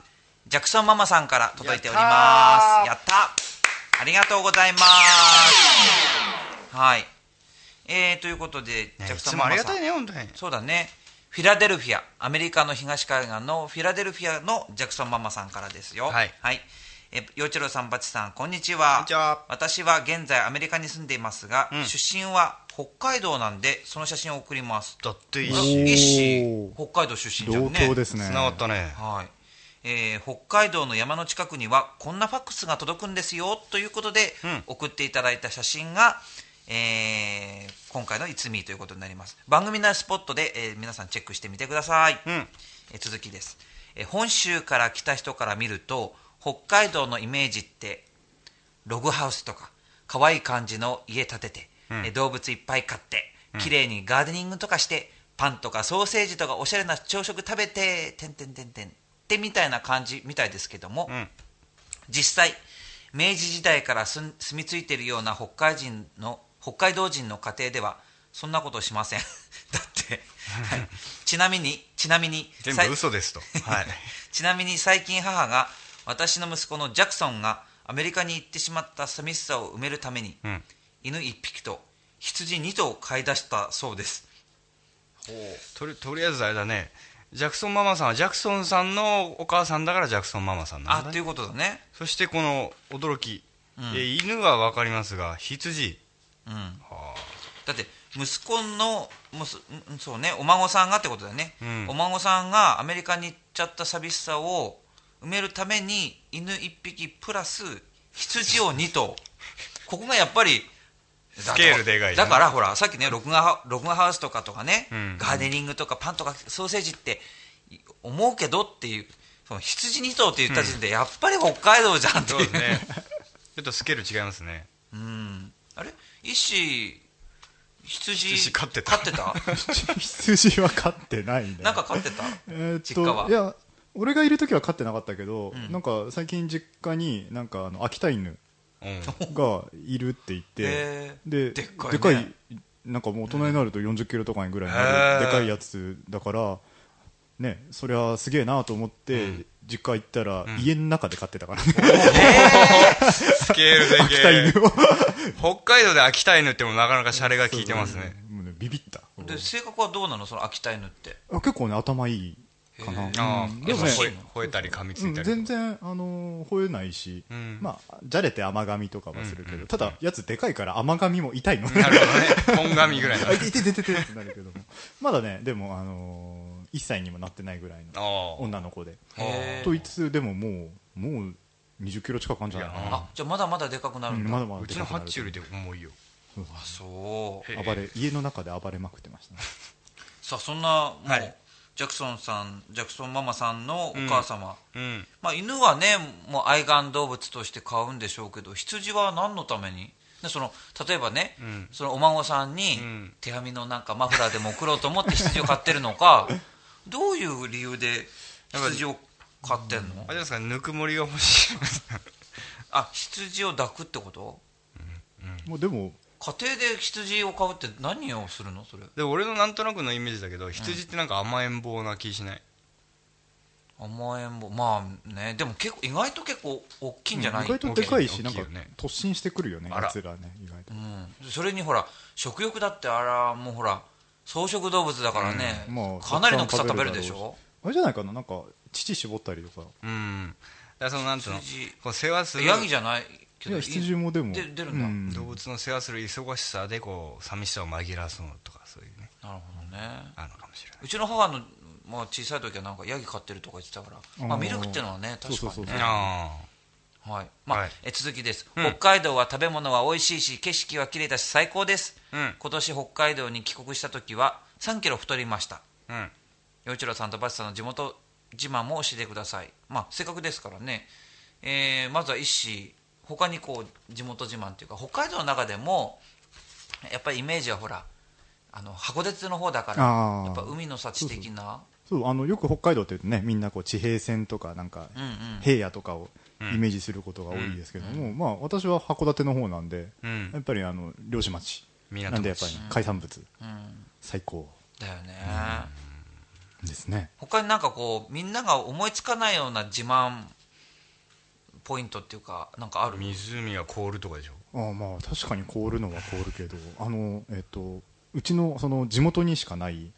Speaker 1: ジャクソンママさんから届いております。やったありがとうございます。はい。えーということで、ジ
Speaker 3: ね
Speaker 1: ャ
Speaker 3: い
Speaker 1: クソ
Speaker 3: つ
Speaker 1: ン
Speaker 3: も
Speaker 1: マ
Speaker 3: あり
Speaker 1: マ
Speaker 3: が
Speaker 1: さん
Speaker 3: たい。ね本当に
Speaker 1: そうだね。フィラデルフィア、アメリカの東海岸のフィラデルフィアのジャクソンママさんからですよ。
Speaker 3: はい
Speaker 1: え、陽一郎さん、バチさん、こんにちは。
Speaker 3: こんにちは
Speaker 1: 私は現在アメリカに住んでいますが、
Speaker 3: うん
Speaker 1: 出身は北海道なんで、その写真を送ります。
Speaker 3: だって
Speaker 1: あ
Speaker 3: 石
Speaker 1: 一子、北海道出身じゃ
Speaker 2: 同
Speaker 1: んね。
Speaker 2: 郷ですね
Speaker 3: つながったね
Speaker 1: はいえー北海道の山の近くにはこんなファックスが届くんですよということで、
Speaker 3: うん
Speaker 1: 送っていただいた写真が、えー今回の「いつみ」ということになります番組内スポットで、えー皆さんチェックしてみてください、
Speaker 3: うん
Speaker 1: えー続きです、えー本州から来た人から見ると北海道のイメージってログハウスとか可愛い感じの家建てて、
Speaker 3: ん
Speaker 1: えー動物いっぱい飼って綺麗にガーデニングとかして、パンとかソーセージとかおしゃれな朝食食べててんてんてんてんってみたいな感じみたいですけども、
Speaker 3: うん
Speaker 1: 実際明治時代から住ん住み着いているような北海人の北海道人の家庭ではそんなことしません だ って、はいちなみにちなみに
Speaker 3: 全
Speaker 1: さい
Speaker 3: 部嘘です とはい
Speaker 1: ちなみに最近母が私の息子のジャクソンがアメリカに行ってしまった寂しさを埋めるために、
Speaker 3: うん
Speaker 1: 犬1匹と羊2頭を飼い出したそうです
Speaker 3: とりとりあえずあれだねジャクソンママさんはジャクソンさんのお母さんだからジャクソンママさんなん
Speaker 1: あ
Speaker 3: だ、
Speaker 1: っとい
Speaker 3: ね、
Speaker 1: うことだね
Speaker 3: そしてこの驚き、えー犬は分かりますが羊
Speaker 1: うんだって息子のむすんそうねお孫さんがってことだよね、
Speaker 3: うん
Speaker 1: お孫さんがアメリカに行っちゃった寂しさを埋めるために犬1匹プラス羊を2頭 ここがやっぱりス
Speaker 3: ケールでかいな
Speaker 1: だからほらさっきね録画ハ録画ハウスとかとかね、
Speaker 3: うん
Speaker 1: ガーデニングとかパンとかソーセージってい思うけどっていうその羊2頭って言った時点でやっぱり北海道じゃんって
Speaker 3: そ
Speaker 1: いう
Speaker 3: ですね ちょっとスケール違いますね
Speaker 1: うんあれ石羊
Speaker 3: 羊飼って
Speaker 1: 飼
Speaker 3: た
Speaker 1: ってた
Speaker 2: 羊は飼ってないね
Speaker 1: なんか飼ってた
Speaker 2: えーっと
Speaker 1: 実家はい
Speaker 2: や俺がいる時は飼ってなかったけど、
Speaker 1: ん
Speaker 2: なんか最近実家になんかあの秋田犬
Speaker 3: うん
Speaker 2: がいるって言って、
Speaker 1: へ
Speaker 2: で
Speaker 1: でっかいね
Speaker 2: なんかもう大人になると4 0キロとかにぐらいにな
Speaker 3: へ
Speaker 2: る
Speaker 3: ー
Speaker 2: でかいやつだからねそりゃすげえなと思って、実家行ったら、家の中で飼ってたからね、
Speaker 3: スケールで
Speaker 2: 秋田犬
Speaker 3: け
Speaker 2: を
Speaker 3: 北海道で秋田犬ってもなかなかシャレが効いてますね
Speaker 2: もうねビビった
Speaker 1: で性格はどうなのその秋田犬って
Speaker 2: あ結構ね頭いいか
Speaker 3: あ
Speaker 2: な、うん
Speaker 3: あで
Speaker 2: でも
Speaker 3: も
Speaker 2: ね
Speaker 3: 吠え吠えたり噛みつ
Speaker 2: う
Speaker 3: い
Speaker 2: ん
Speaker 3: たり
Speaker 2: 全然、あのー吠えないし、
Speaker 3: ん
Speaker 2: まあ、じゃれて甘噛みとかはするけど、
Speaker 3: うんうん
Speaker 2: ただ、やつでかいから甘噛みも痛 いのね。
Speaker 3: なるほどね本神ぐらいな
Speaker 2: あいてててててってなるけども、まだね、でも、あのー、1歳にもなってないぐらいの
Speaker 3: あ
Speaker 2: 女の子で。
Speaker 1: へー
Speaker 2: と言いつつ、でももう、もう20キロ近くあるんじゃないか
Speaker 3: い
Speaker 2: な
Speaker 3: や。
Speaker 1: あじゃあまだまだでかくな
Speaker 2: う
Speaker 1: るん
Speaker 2: ん
Speaker 1: だ、
Speaker 2: まだま
Speaker 3: あ
Speaker 2: だ
Speaker 3: う
Speaker 2: で
Speaker 3: ち
Speaker 2: か
Speaker 3: の
Speaker 2: く
Speaker 3: ハ
Speaker 2: なる
Speaker 3: ッチよりで重いよ
Speaker 1: そう
Speaker 3: へえ
Speaker 2: 暴れ家の中で暴れまくってましたね、
Speaker 1: さあそんなもう、
Speaker 3: はい
Speaker 1: ジャクソンさんジャクソンママさんのお母様、
Speaker 3: うん
Speaker 1: まあ、犬はねもう愛玩動物として飼うんでしょうけど羊は何のためにでその例えばね、
Speaker 3: ん
Speaker 1: そのお孫さんに
Speaker 3: ん
Speaker 1: 手編みのなんかマ フラーでも送ろうと思って羊を飼ってるのかどういう理由で羊を買ってんの、
Speaker 3: あれですかぬくもりが欲しい
Speaker 1: あ羊を抱くってこと
Speaker 2: もうでも
Speaker 1: 家庭で羊を飼うって何をするのそれ
Speaker 3: でも俺のなんとなくのイメージだけど羊ってなんか甘えん坊な気しない、
Speaker 1: 甘えん坊まあねでも結構意外と結構大きいんじゃない、
Speaker 2: 意外とでかいし、
Speaker 3: 大
Speaker 2: なん
Speaker 3: きい
Speaker 2: か
Speaker 3: よね
Speaker 2: 突進してくるよね、
Speaker 1: あら
Speaker 2: やつらね、意外と。
Speaker 1: うん、それにほら食欲だってあらもうほら草食動物だからね、
Speaker 2: うんまあ
Speaker 1: かなりの草
Speaker 2: たく
Speaker 1: 食
Speaker 2: さ
Speaker 1: べ
Speaker 2: ん食べ
Speaker 1: る
Speaker 2: る
Speaker 1: でしょ
Speaker 2: あれじゃないかな、なんか乳絞ったりとか、
Speaker 3: うんだからそのなんつうの
Speaker 1: 羊
Speaker 3: こう世話する
Speaker 1: ヤギじゃないけ
Speaker 2: い
Speaker 1: ど
Speaker 2: や羊もでも、
Speaker 1: で出るんだ
Speaker 2: うん
Speaker 3: 動物の世話する忙しさでこう寂しさを紛らわすのとかそういうね
Speaker 1: なるほどね
Speaker 3: あるのかもしれないう
Speaker 1: ちの母の、まあ、小さい時はなんかヤギ飼ってるとか言ってたから、まあ、
Speaker 2: あー
Speaker 1: ミルクっていうのはね確か
Speaker 2: そうそう
Speaker 1: に
Speaker 2: そ
Speaker 1: ね
Speaker 2: うそう
Speaker 3: あ
Speaker 1: はいまあ
Speaker 3: はい
Speaker 1: え続きです、
Speaker 3: ん
Speaker 1: 北海道は食べ物は美味しいし景色は綺麗だし最高です、
Speaker 3: うん
Speaker 1: 今年北海道に帰国した時は3キロ太りました
Speaker 3: あうん
Speaker 1: 陽一郎さんとバチさんの地元自慢も教えてくださいまあせっかくですからね、えーまずは一子他にこう地元自慢というか北海道の中でもやっぱりイメージはほらあの函館の方だから
Speaker 2: あー
Speaker 1: やっぱ海の幸的な
Speaker 2: そうあのよく北海道って言うとね、みんなこう地平線とか、なんか
Speaker 1: うんうん
Speaker 2: 平野とかをイメージすることが多いですけども、まあ、私は函館の方なんで、
Speaker 3: うん
Speaker 2: やっぱりあの漁師町
Speaker 3: 港町
Speaker 2: なんで、やっぱり海産物、
Speaker 1: うん
Speaker 2: 最高
Speaker 1: だよね、
Speaker 2: ですね。
Speaker 1: 他になんかこうみんなが思いつかないような自慢ポイントっていうかなんかある
Speaker 3: 湖が凍るとかでしょ
Speaker 2: ああまあ確かに凍るのは凍るけどあの、えっとうちのその地元にしかない
Speaker 1: ん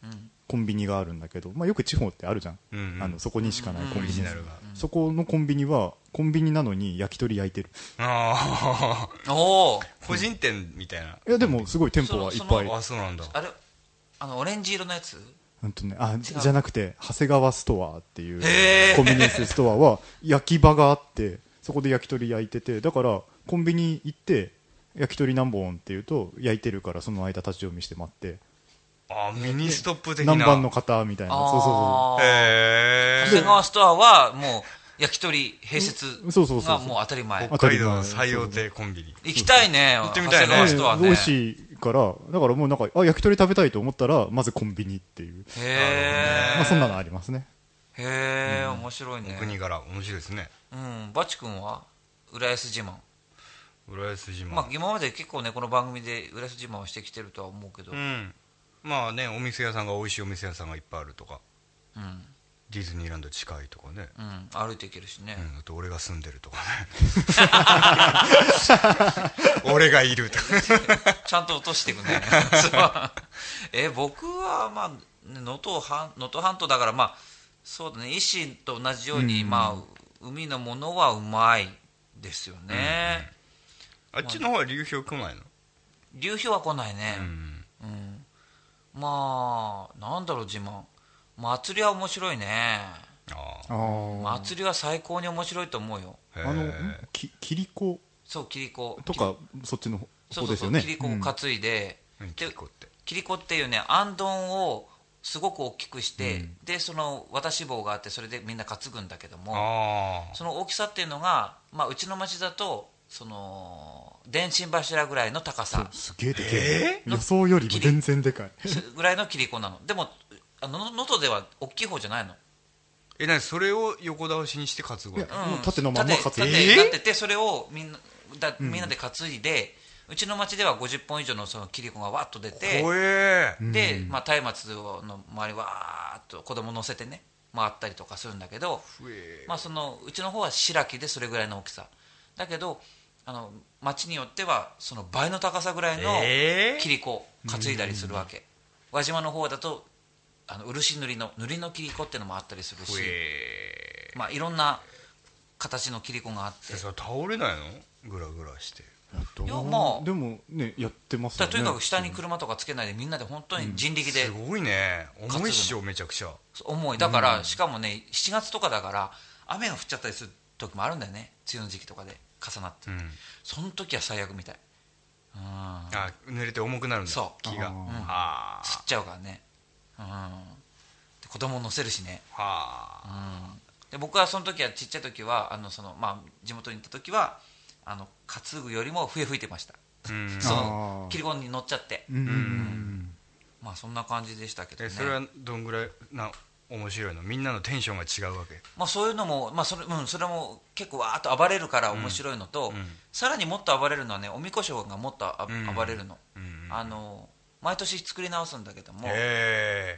Speaker 2: コンビニがあるんだけど、まあ、よく地方ってあるじゃん、
Speaker 3: うんうん
Speaker 2: あのそこにしかないコンビ
Speaker 3: オリジ
Speaker 2: ニ、
Speaker 3: ナルが
Speaker 2: そこのコンビニはコンビニなのに焼き鳥焼いてる
Speaker 3: ああ
Speaker 1: おお
Speaker 3: 個人店みたいない
Speaker 2: やでもすごい店舗はいっぱい
Speaker 3: あそうなんだ
Speaker 1: あれあのオレンジ色のやつ
Speaker 2: うんとね、あじゃなくて長谷川ストアっていう
Speaker 1: へー
Speaker 2: コンビニエンスストアは焼き場があってそこで焼き鳥焼いててだからコンビニ行って焼き鳥何本って言うと焼いてるからその間立ち読みして待って
Speaker 3: あミニストップ的な
Speaker 2: 何番の方みたいなそうそうそう
Speaker 1: あー
Speaker 3: へ
Speaker 1: 長
Speaker 3: え
Speaker 1: 谷川ストアはもう焼き鳥併設
Speaker 2: うんそうそうそうそ
Speaker 1: が
Speaker 2: う
Speaker 1: もう当たり前
Speaker 2: あ
Speaker 3: 北海道の最大手コンビニ
Speaker 1: 行きたいね
Speaker 3: 行ってみたいね
Speaker 1: 長
Speaker 2: ね
Speaker 1: 谷川ストアね
Speaker 2: 美味しいからだからもうなんかあ焼き鳥食べたいと思ったらまずコンビニっていう、
Speaker 1: へえ、
Speaker 2: まあ、そんなのありますね
Speaker 1: へえ面白いね
Speaker 3: 国柄面白いですね
Speaker 1: うんバチ君は浦安自慢
Speaker 3: 浦安島
Speaker 1: まあ今まで結構ねこの番組で浦安自慢をしてきてるとは思うけど、
Speaker 3: うんまあねお店屋さんが美味しいお店屋さんがいっぱいあるとか
Speaker 1: うん
Speaker 3: ディズニーランド近いとかね、
Speaker 1: うん歩いていけるしね、
Speaker 3: うん、だって俺が住んでるとか ね俺がいるとか
Speaker 1: ちゃんと落としていくね そうえ僕はまあね能登半能登半島だからまあそうだね石と同じように、まあ海のものはうまいですよね、
Speaker 3: あっちの方は流氷来ないの、
Speaker 1: 流氷は来ないね、
Speaker 3: うん、
Speaker 1: うんまあなんだろう自慢祭りは面白いね
Speaker 3: あ
Speaker 2: あー
Speaker 1: 祭りは最高に面白いと思うよ
Speaker 3: あ
Speaker 2: あの
Speaker 3: へ
Speaker 2: んきキリコ
Speaker 1: そうキリコ
Speaker 2: とかそっちの方
Speaker 1: そうそ
Speaker 2: で
Speaker 1: う
Speaker 2: す
Speaker 1: そ
Speaker 2: よ
Speaker 1: う、
Speaker 2: ね
Speaker 1: キリコを
Speaker 2: うん
Speaker 1: 担いで、
Speaker 3: え
Speaker 1: で
Speaker 3: キリコって
Speaker 1: キリコっていうねあんどんをすごく大きくして、でその渡し棒があってそれでみんな担ぐんだけども
Speaker 3: ああ
Speaker 1: その大きさっていうのが、まあ、うちの町だとその電信柱ぐらいの高さ
Speaker 2: すげえでけえ、予想よりも全然でかい
Speaker 1: ぐらいのキリコなのでもあの能登では大きい方じゃないの
Speaker 3: えなにそれを横倒しにして担ぐわけ
Speaker 2: いやもう縦のまんま担い
Speaker 1: 縦縦
Speaker 2: で
Speaker 1: 立っててそれをみんなだみんなで担いで、うちの町では50本以上のそのキリコがわっと出て
Speaker 3: 怖え
Speaker 1: で、まあ、松明の周りわーっと子供乗せてね回ったりとかするんだけど、まあ、そのうちの方は白木でそれぐらいの大きさだけどあの町によってはその倍の高さぐらいの
Speaker 3: えー
Speaker 1: キリコ担いだりするわけ、輪島の方だとあの漆塗りの塗りのキリコってのもあったりするし
Speaker 3: 怖、え
Speaker 1: まあ、いろんな形のキリコがあって
Speaker 3: えそれ倒れないのグラグラして
Speaker 2: どう
Speaker 1: いやまあ
Speaker 2: でもねやってます
Speaker 1: だ
Speaker 2: よ
Speaker 1: から
Speaker 2: ね
Speaker 1: とにかく下に車とかつけないでみんなで本当に人力です
Speaker 3: ごいね重いっしょめちゃくちゃ
Speaker 1: 重いだから、しかもね7月とかだから雨が降っちゃったりする時もあるんだよね梅雨の時期とかで重なって、
Speaker 3: うん
Speaker 1: その時は最悪みたいうん吸
Speaker 3: あ濡れて重くなるんだ
Speaker 1: そう
Speaker 3: 木が
Speaker 2: あー
Speaker 3: あー
Speaker 1: っちゃうからねうんで子供乗せるしね
Speaker 3: はあ
Speaker 1: で僕はその時はちっちゃい時はあのその、まあ、地元に行った時はあの担ぐよりも笛吹いてました
Speaker 3: うん
Speaker 1: そ
Speaker 2: あ
Speaker 1: の
Speaker 2: ー
Speaker 1: 切り込みに乗っちゃって
Speaker 2: うんうんうん
Speaker 1: まあそんな感じでしたけど
Speaker 3: え
Speaker 1: ね
Speaker 3: それはどんぐらいな面白いのみんなのテンションが違うわけ
Speaker 1: まあ、そういうのも、まあそれうん、それも結構わーっと暴れるから面白いのと、
Speaker 3: うん
Speaker 1: さらにもっと暴れるのはねおみこしょうがもっとあ、
Speaker 3: うん
Speaker 1: 暴れるの,、
Speaker 3: うん
Speaker 1: あの毎年作り直すんだけども、
Speaker 3: え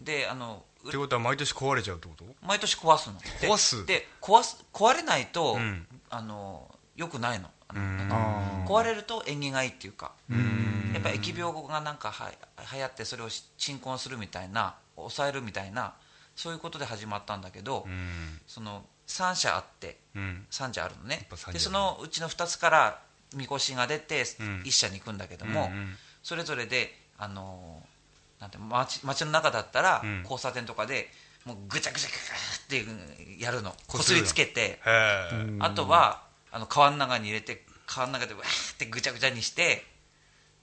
Speaker 1: であの
Speaker 3: え
Speaker 1: う
Speaker 3: ってことは毎年壊れちゃうってこと
Speaker 1: 毎年壊すので
Speaker 3: 壊す
Speaker 1: で壊す壊れないと、
Speaker 3: うん
Speaker 1: あのよくないのあの
Speaker 3: うん
Speaker 2: あー
Speaker 1: 壊れると縁起がいいっていうか、
Speaker 3: うん
Speaker 1: やっぱ疫病がなんかは流行ってそれを鎮魂するみたいな抑えるみたいなそういうことで始まったんだけど、
Speaker 3: うん
Speaker 1: その3社あって
Speaker 3: うん
Speaker 1: 3社あるのね
Speaker 3: っぱ三社
Speaker 1: でそのうちの2つからみこしが出て
Speaker 3: うん
Speaker 1: 1社に行くんだけども、
Speaker 3: うんうん
Speaker 1: それぞれで、あのーなんて街街の中だったら、
Speaker 3: うん
Speaker 1: 交差点とかでもうぐちゃぐちゃぐちゃってやるのこ
Speaker 3: こす
Speaker 1: す
Speaker 3: るの
Speaker 1: りつけて
Speaker 3: へえ
Speaker 1: あとはあの川の中に入れて川の中でわーってぐちゃぐちゃにして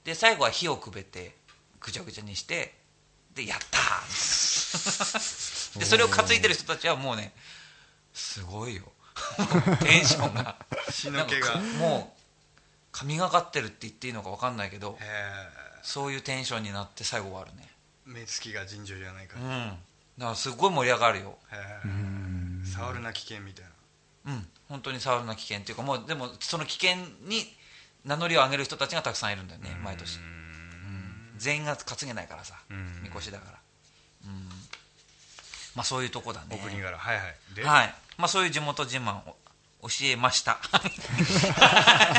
Speaker 1: で最後は火をくべてぐちゃぐちゃにしてでやったーでそれを担いでる人たちはもうねすごいよ テンションが
Speaker 3: 血の気が
Speaker 1: なんかもう神がかってるって言っていいのか分かんないけど
Speaker 3: へ
Speaker 1: そういうテンションになって最後終わるね
Speaker 3: え目つきが尋常じゃないか
Speaker 1: う
Speaker 3: ら
Speaker 1: ん
Speaker 3: へ
Speaker 1: だからすごい盛り上がるよ
Speaker 3: え触るな危険みたいな
Speaker 1: うん本当に触るな危険っていうかもうでもその危険に名乗りを上げる人たちがたくさんいるんだよね毎年うん全員が担げないからさ
Speaker 3: ん
Speaker 1: みこしだからうんまあそういうとこだね
Speaker 3: お国柄はいはいで
Speaker 1: はいまあそういう地元自慢を教えま したはい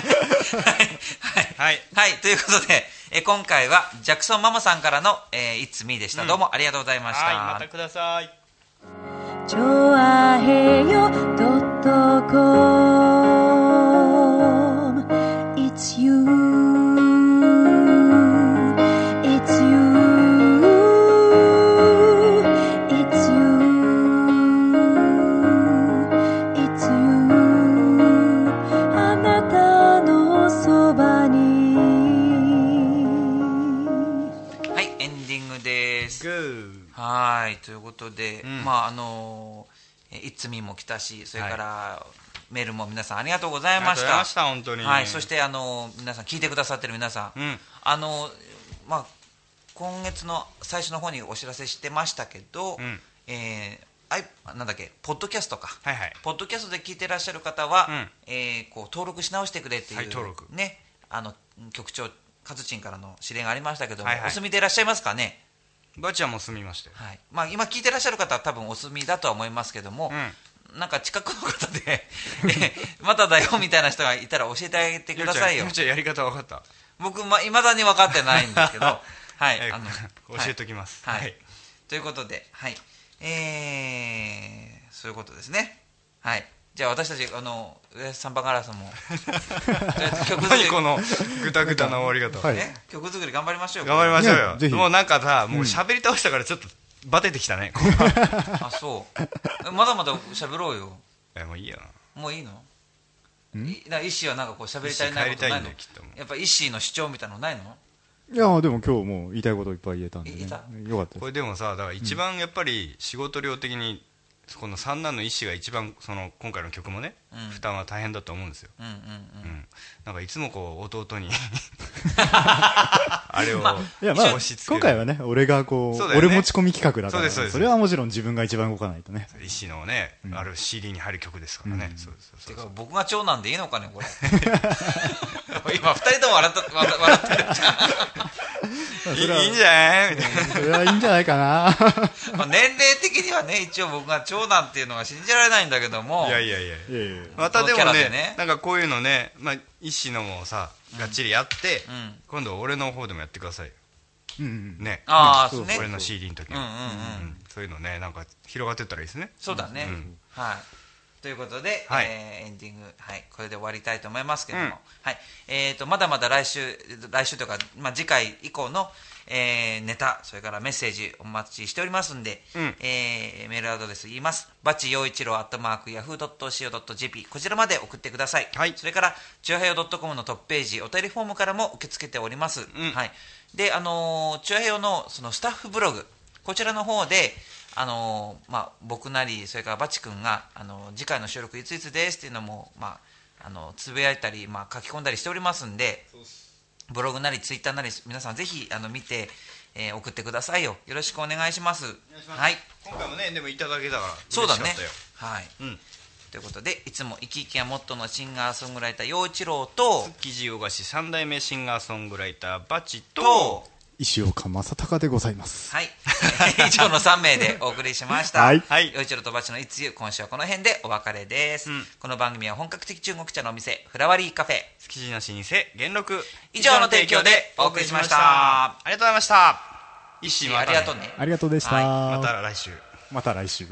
Speaker 3: はい
Speaker 1: はいということでえ今回はジャクソンママさんからの「えー、It's Me」でした、どうもありがとうございました、
Speaker 3: はいまたください
Speaker 8: ちょあへよ .com It's you It's you It's you It's you あなたのそばに
Speaker 1: はい、エンディングです。
Speaker 3: Good
Speaker 1: はい、ということで、
Speaker 3: ん
Speaker 1: まあ、あのー、えいつみも来たし、それから、メールも皆さんありがとうございました。
Speaker 3: ありがとうございました本当に
Speaker 1: はい、そして、あのー皆さん聞いてくださってる皆さん、
Speaker 3: うん
Speaker 1: あのーまあ、今月の最初の方にお知らせしてましたけど、
Speaker 3: うん
Speaker 1: えーあいなんだっけポッドキャストか、
Speaker 3: はいはい
Speaker 1: ポッドキャストで聞いてらっしゃる方は、
Speaker 3: うん
Speaker 1: えーこう登録し直してくれっていう、
Speaker 3: はい登録
Speaker 1: ね、あの局長カズチンからの指令がありましたけども、
Speaker 3: はいはい
Speaker 1: お住みでいらっしゃいますかね、
Speaker 3: ばあちゃんも住みましたよ
Speaker 1: はいまあ、今聞いてらっしゃる方は多分お住みだとは思いますけども、なんか近くの方で えまただよみたいな人がいたら教えてあげてくださいよ
Speaker 3: ゆうちゃんゆうちゃんやり方分かった
Speaker 1: 僕いま未だに分かってないんです けどはい
Speaker 3: え
Speaker 1: あの
Speaker 3: 教えときます
Speaker 1: はい、
Speaker 3: はい
Speaker 1: ということではいえー、そういうことですねはいじゃあ私たちあの上田さんバカラさ んもとりあえず曲作
Speaker 3: 何
Speaker 1: り
Speaker 3: このぐたぐたな終わり方
Speaker 2: はい
Speaker 1: ね曲作り頑張りましょう
Speaker 3: 頑張りましょうよ、
Speaker 2: ねぜひ
Speaker 3: もうなんかさもう喋り倒したからちょっとバテてきた ね、こんな
Speaker 1: あそうえまだまだ喋ろうよ
Speaker 3: えもういいよ
Speaker 1: もういいのいなイッシーはなんかこう喋りたい
Speaker 3: イッシー帰
Speaker 1: な
Speaker 3: り
Speaker 1: こと
Speaker 3: た
Speaker 1: ないい
Speaker 3: ん
Speaker 1: の
Speaker 3: だよきっともう
Speaker 1: やっぱイッシーの主張みたいなのないの
Speaker 2: いやでも今日もう言いたいこといっぱい言えたんで、ね、
Speaker 1: 言えた
Speaker 2: よかった
Speaker 3: こ
Speaker 2: で
Speaker 3: れでもさだから一番やっぱり仕事量的にこの三男の意思が一番その今回の曲もね、
Speaker 1: ん
Speaker 3: 負担は大変だと思うんですよ、
Speaker 1: うんうん
Speaker 3: うんなんかいつもこ う弟にあれを、
Speaker 2: すいやまあ
Speaker 3: 押し付ける
Speaker 2: 今回はね俺がこう
Speaker 3: そうだよね
Speaker 2: 俺持ち込み企画だ
Speaker 3: そう
Speaker 2: か
Speaker 3: で
Speaker 2: ら
Speaker 3: すそうです
Speaker 2: れはもちろん自分が一番動かないとね
Speaker 3: 意思のね、ある CD に入る曲ですからね、そうそうそ
Speaker 1: て
Speaker 3: う
Speaker 1: か僕が長男でいいのかねこれ 今二人とも笑った笑笑ってるじ
Speaker 2: そ
Speaker 3: い
Speaker 2: れはい
Speaker 3: いいんじゃないみたいな
Speaker 2: それはいいんじゃないかな
Speaker 1: ゃん、まあ、年齢的にはね一応僕が長男っていうのが信じられないんだけども
Speaker 3: いやいやいや
Speaker 2: いやいや
Speaker 3: またでも
Speaker 1: このキャラで
Speaker 3: ね
Speaker 1: ね
Speaker 3: なんかこういうのね、まあ、石野もさがっちりやって、
Speaker 1: うん
Speaker 3: 今度俺の方でもやってくださいよ
Speaker 2: うんうん
Speaker 3: ね
Speaker 1: ああ
Speaker 2: そう
Speaker 1: ね
Speaker 3: 俺の CD の時
Speaker 1: うんうんうん
Speaker 3: そういうのねなんか広がってったらいいですね
Speaker 1: そうだね、
Speaker 3: うん
Speaker 1: はいということで、
Speaker 3: はい
Speaker 1: えーエンディング、はい、これで終わりたいと思いますけども、
Speaker 3: うん
Speaker 1: はいえー、とまだまだ来週来週というか、まあ、次回以降の、えーネタそれからメッセージお待ちしておりますんで、
Speaker 3: うん
Speaker 1: えーメールアドレス言いますバチ陽一郎アットマークヤフー .co.jp こちらまで送ってください、
Speaker 3: はい
Speaker 1: それからチュアヘヨ .com のトップページお便りフォームからも受け付けております、
Speaker 3: ん
Speaker 1: はい、であのーチュアヘヨのそのスタッフブログこちらの方であのーまあ、僕なりそれからバチ君が、あのー次回の収録いついつですっていうのも、まあ、あのつぶやいたり、まあ、書き込んだりしておりますんでブログなりツイッターなり皆さんぜひあの見てえー送ってくださいよよろしくお願いしますはい
Speaker 3: 今回もねでもいただけたから
Speaker 1: そうだ
Speaker 3: 嬉
Speaker 1: ね
Speaker 3: しかったよ
Speaker 1: はい
Speaker 3: うん
Speaker 1: ということでいつも生き生きがモットーのシンガーソングライター陽一郎 と
Speaker 3: 築地洋菓子三代目シンガーソングライターバチと
Speaker 1: と
Speaker 2: 石岡正隆でございます。
Speaker 1: はい、 えー以上の3名でお送りしました。
Speaker 2: はい
Speaker 3: はい
Speaker 1: よいちろとばちのいつゆ、今週はこの辺でお別れです。
Speaker 3: うん
Speaker 1: この番組は本格的中国茶のお店、フラワリーカフェ。
Speaker 3: 築地の老舗元禄
Speaker 1: 以上の提供でお送りしました
Speaker 3: ありがとうございました一
Speaker 1: い
Speaker 3: 心
Speaker 1: やありがとうね。
Speaker 2: ありがとうでした。
Speaker 1: はい
Speaker 3: また来週
Speaker 2: また来週。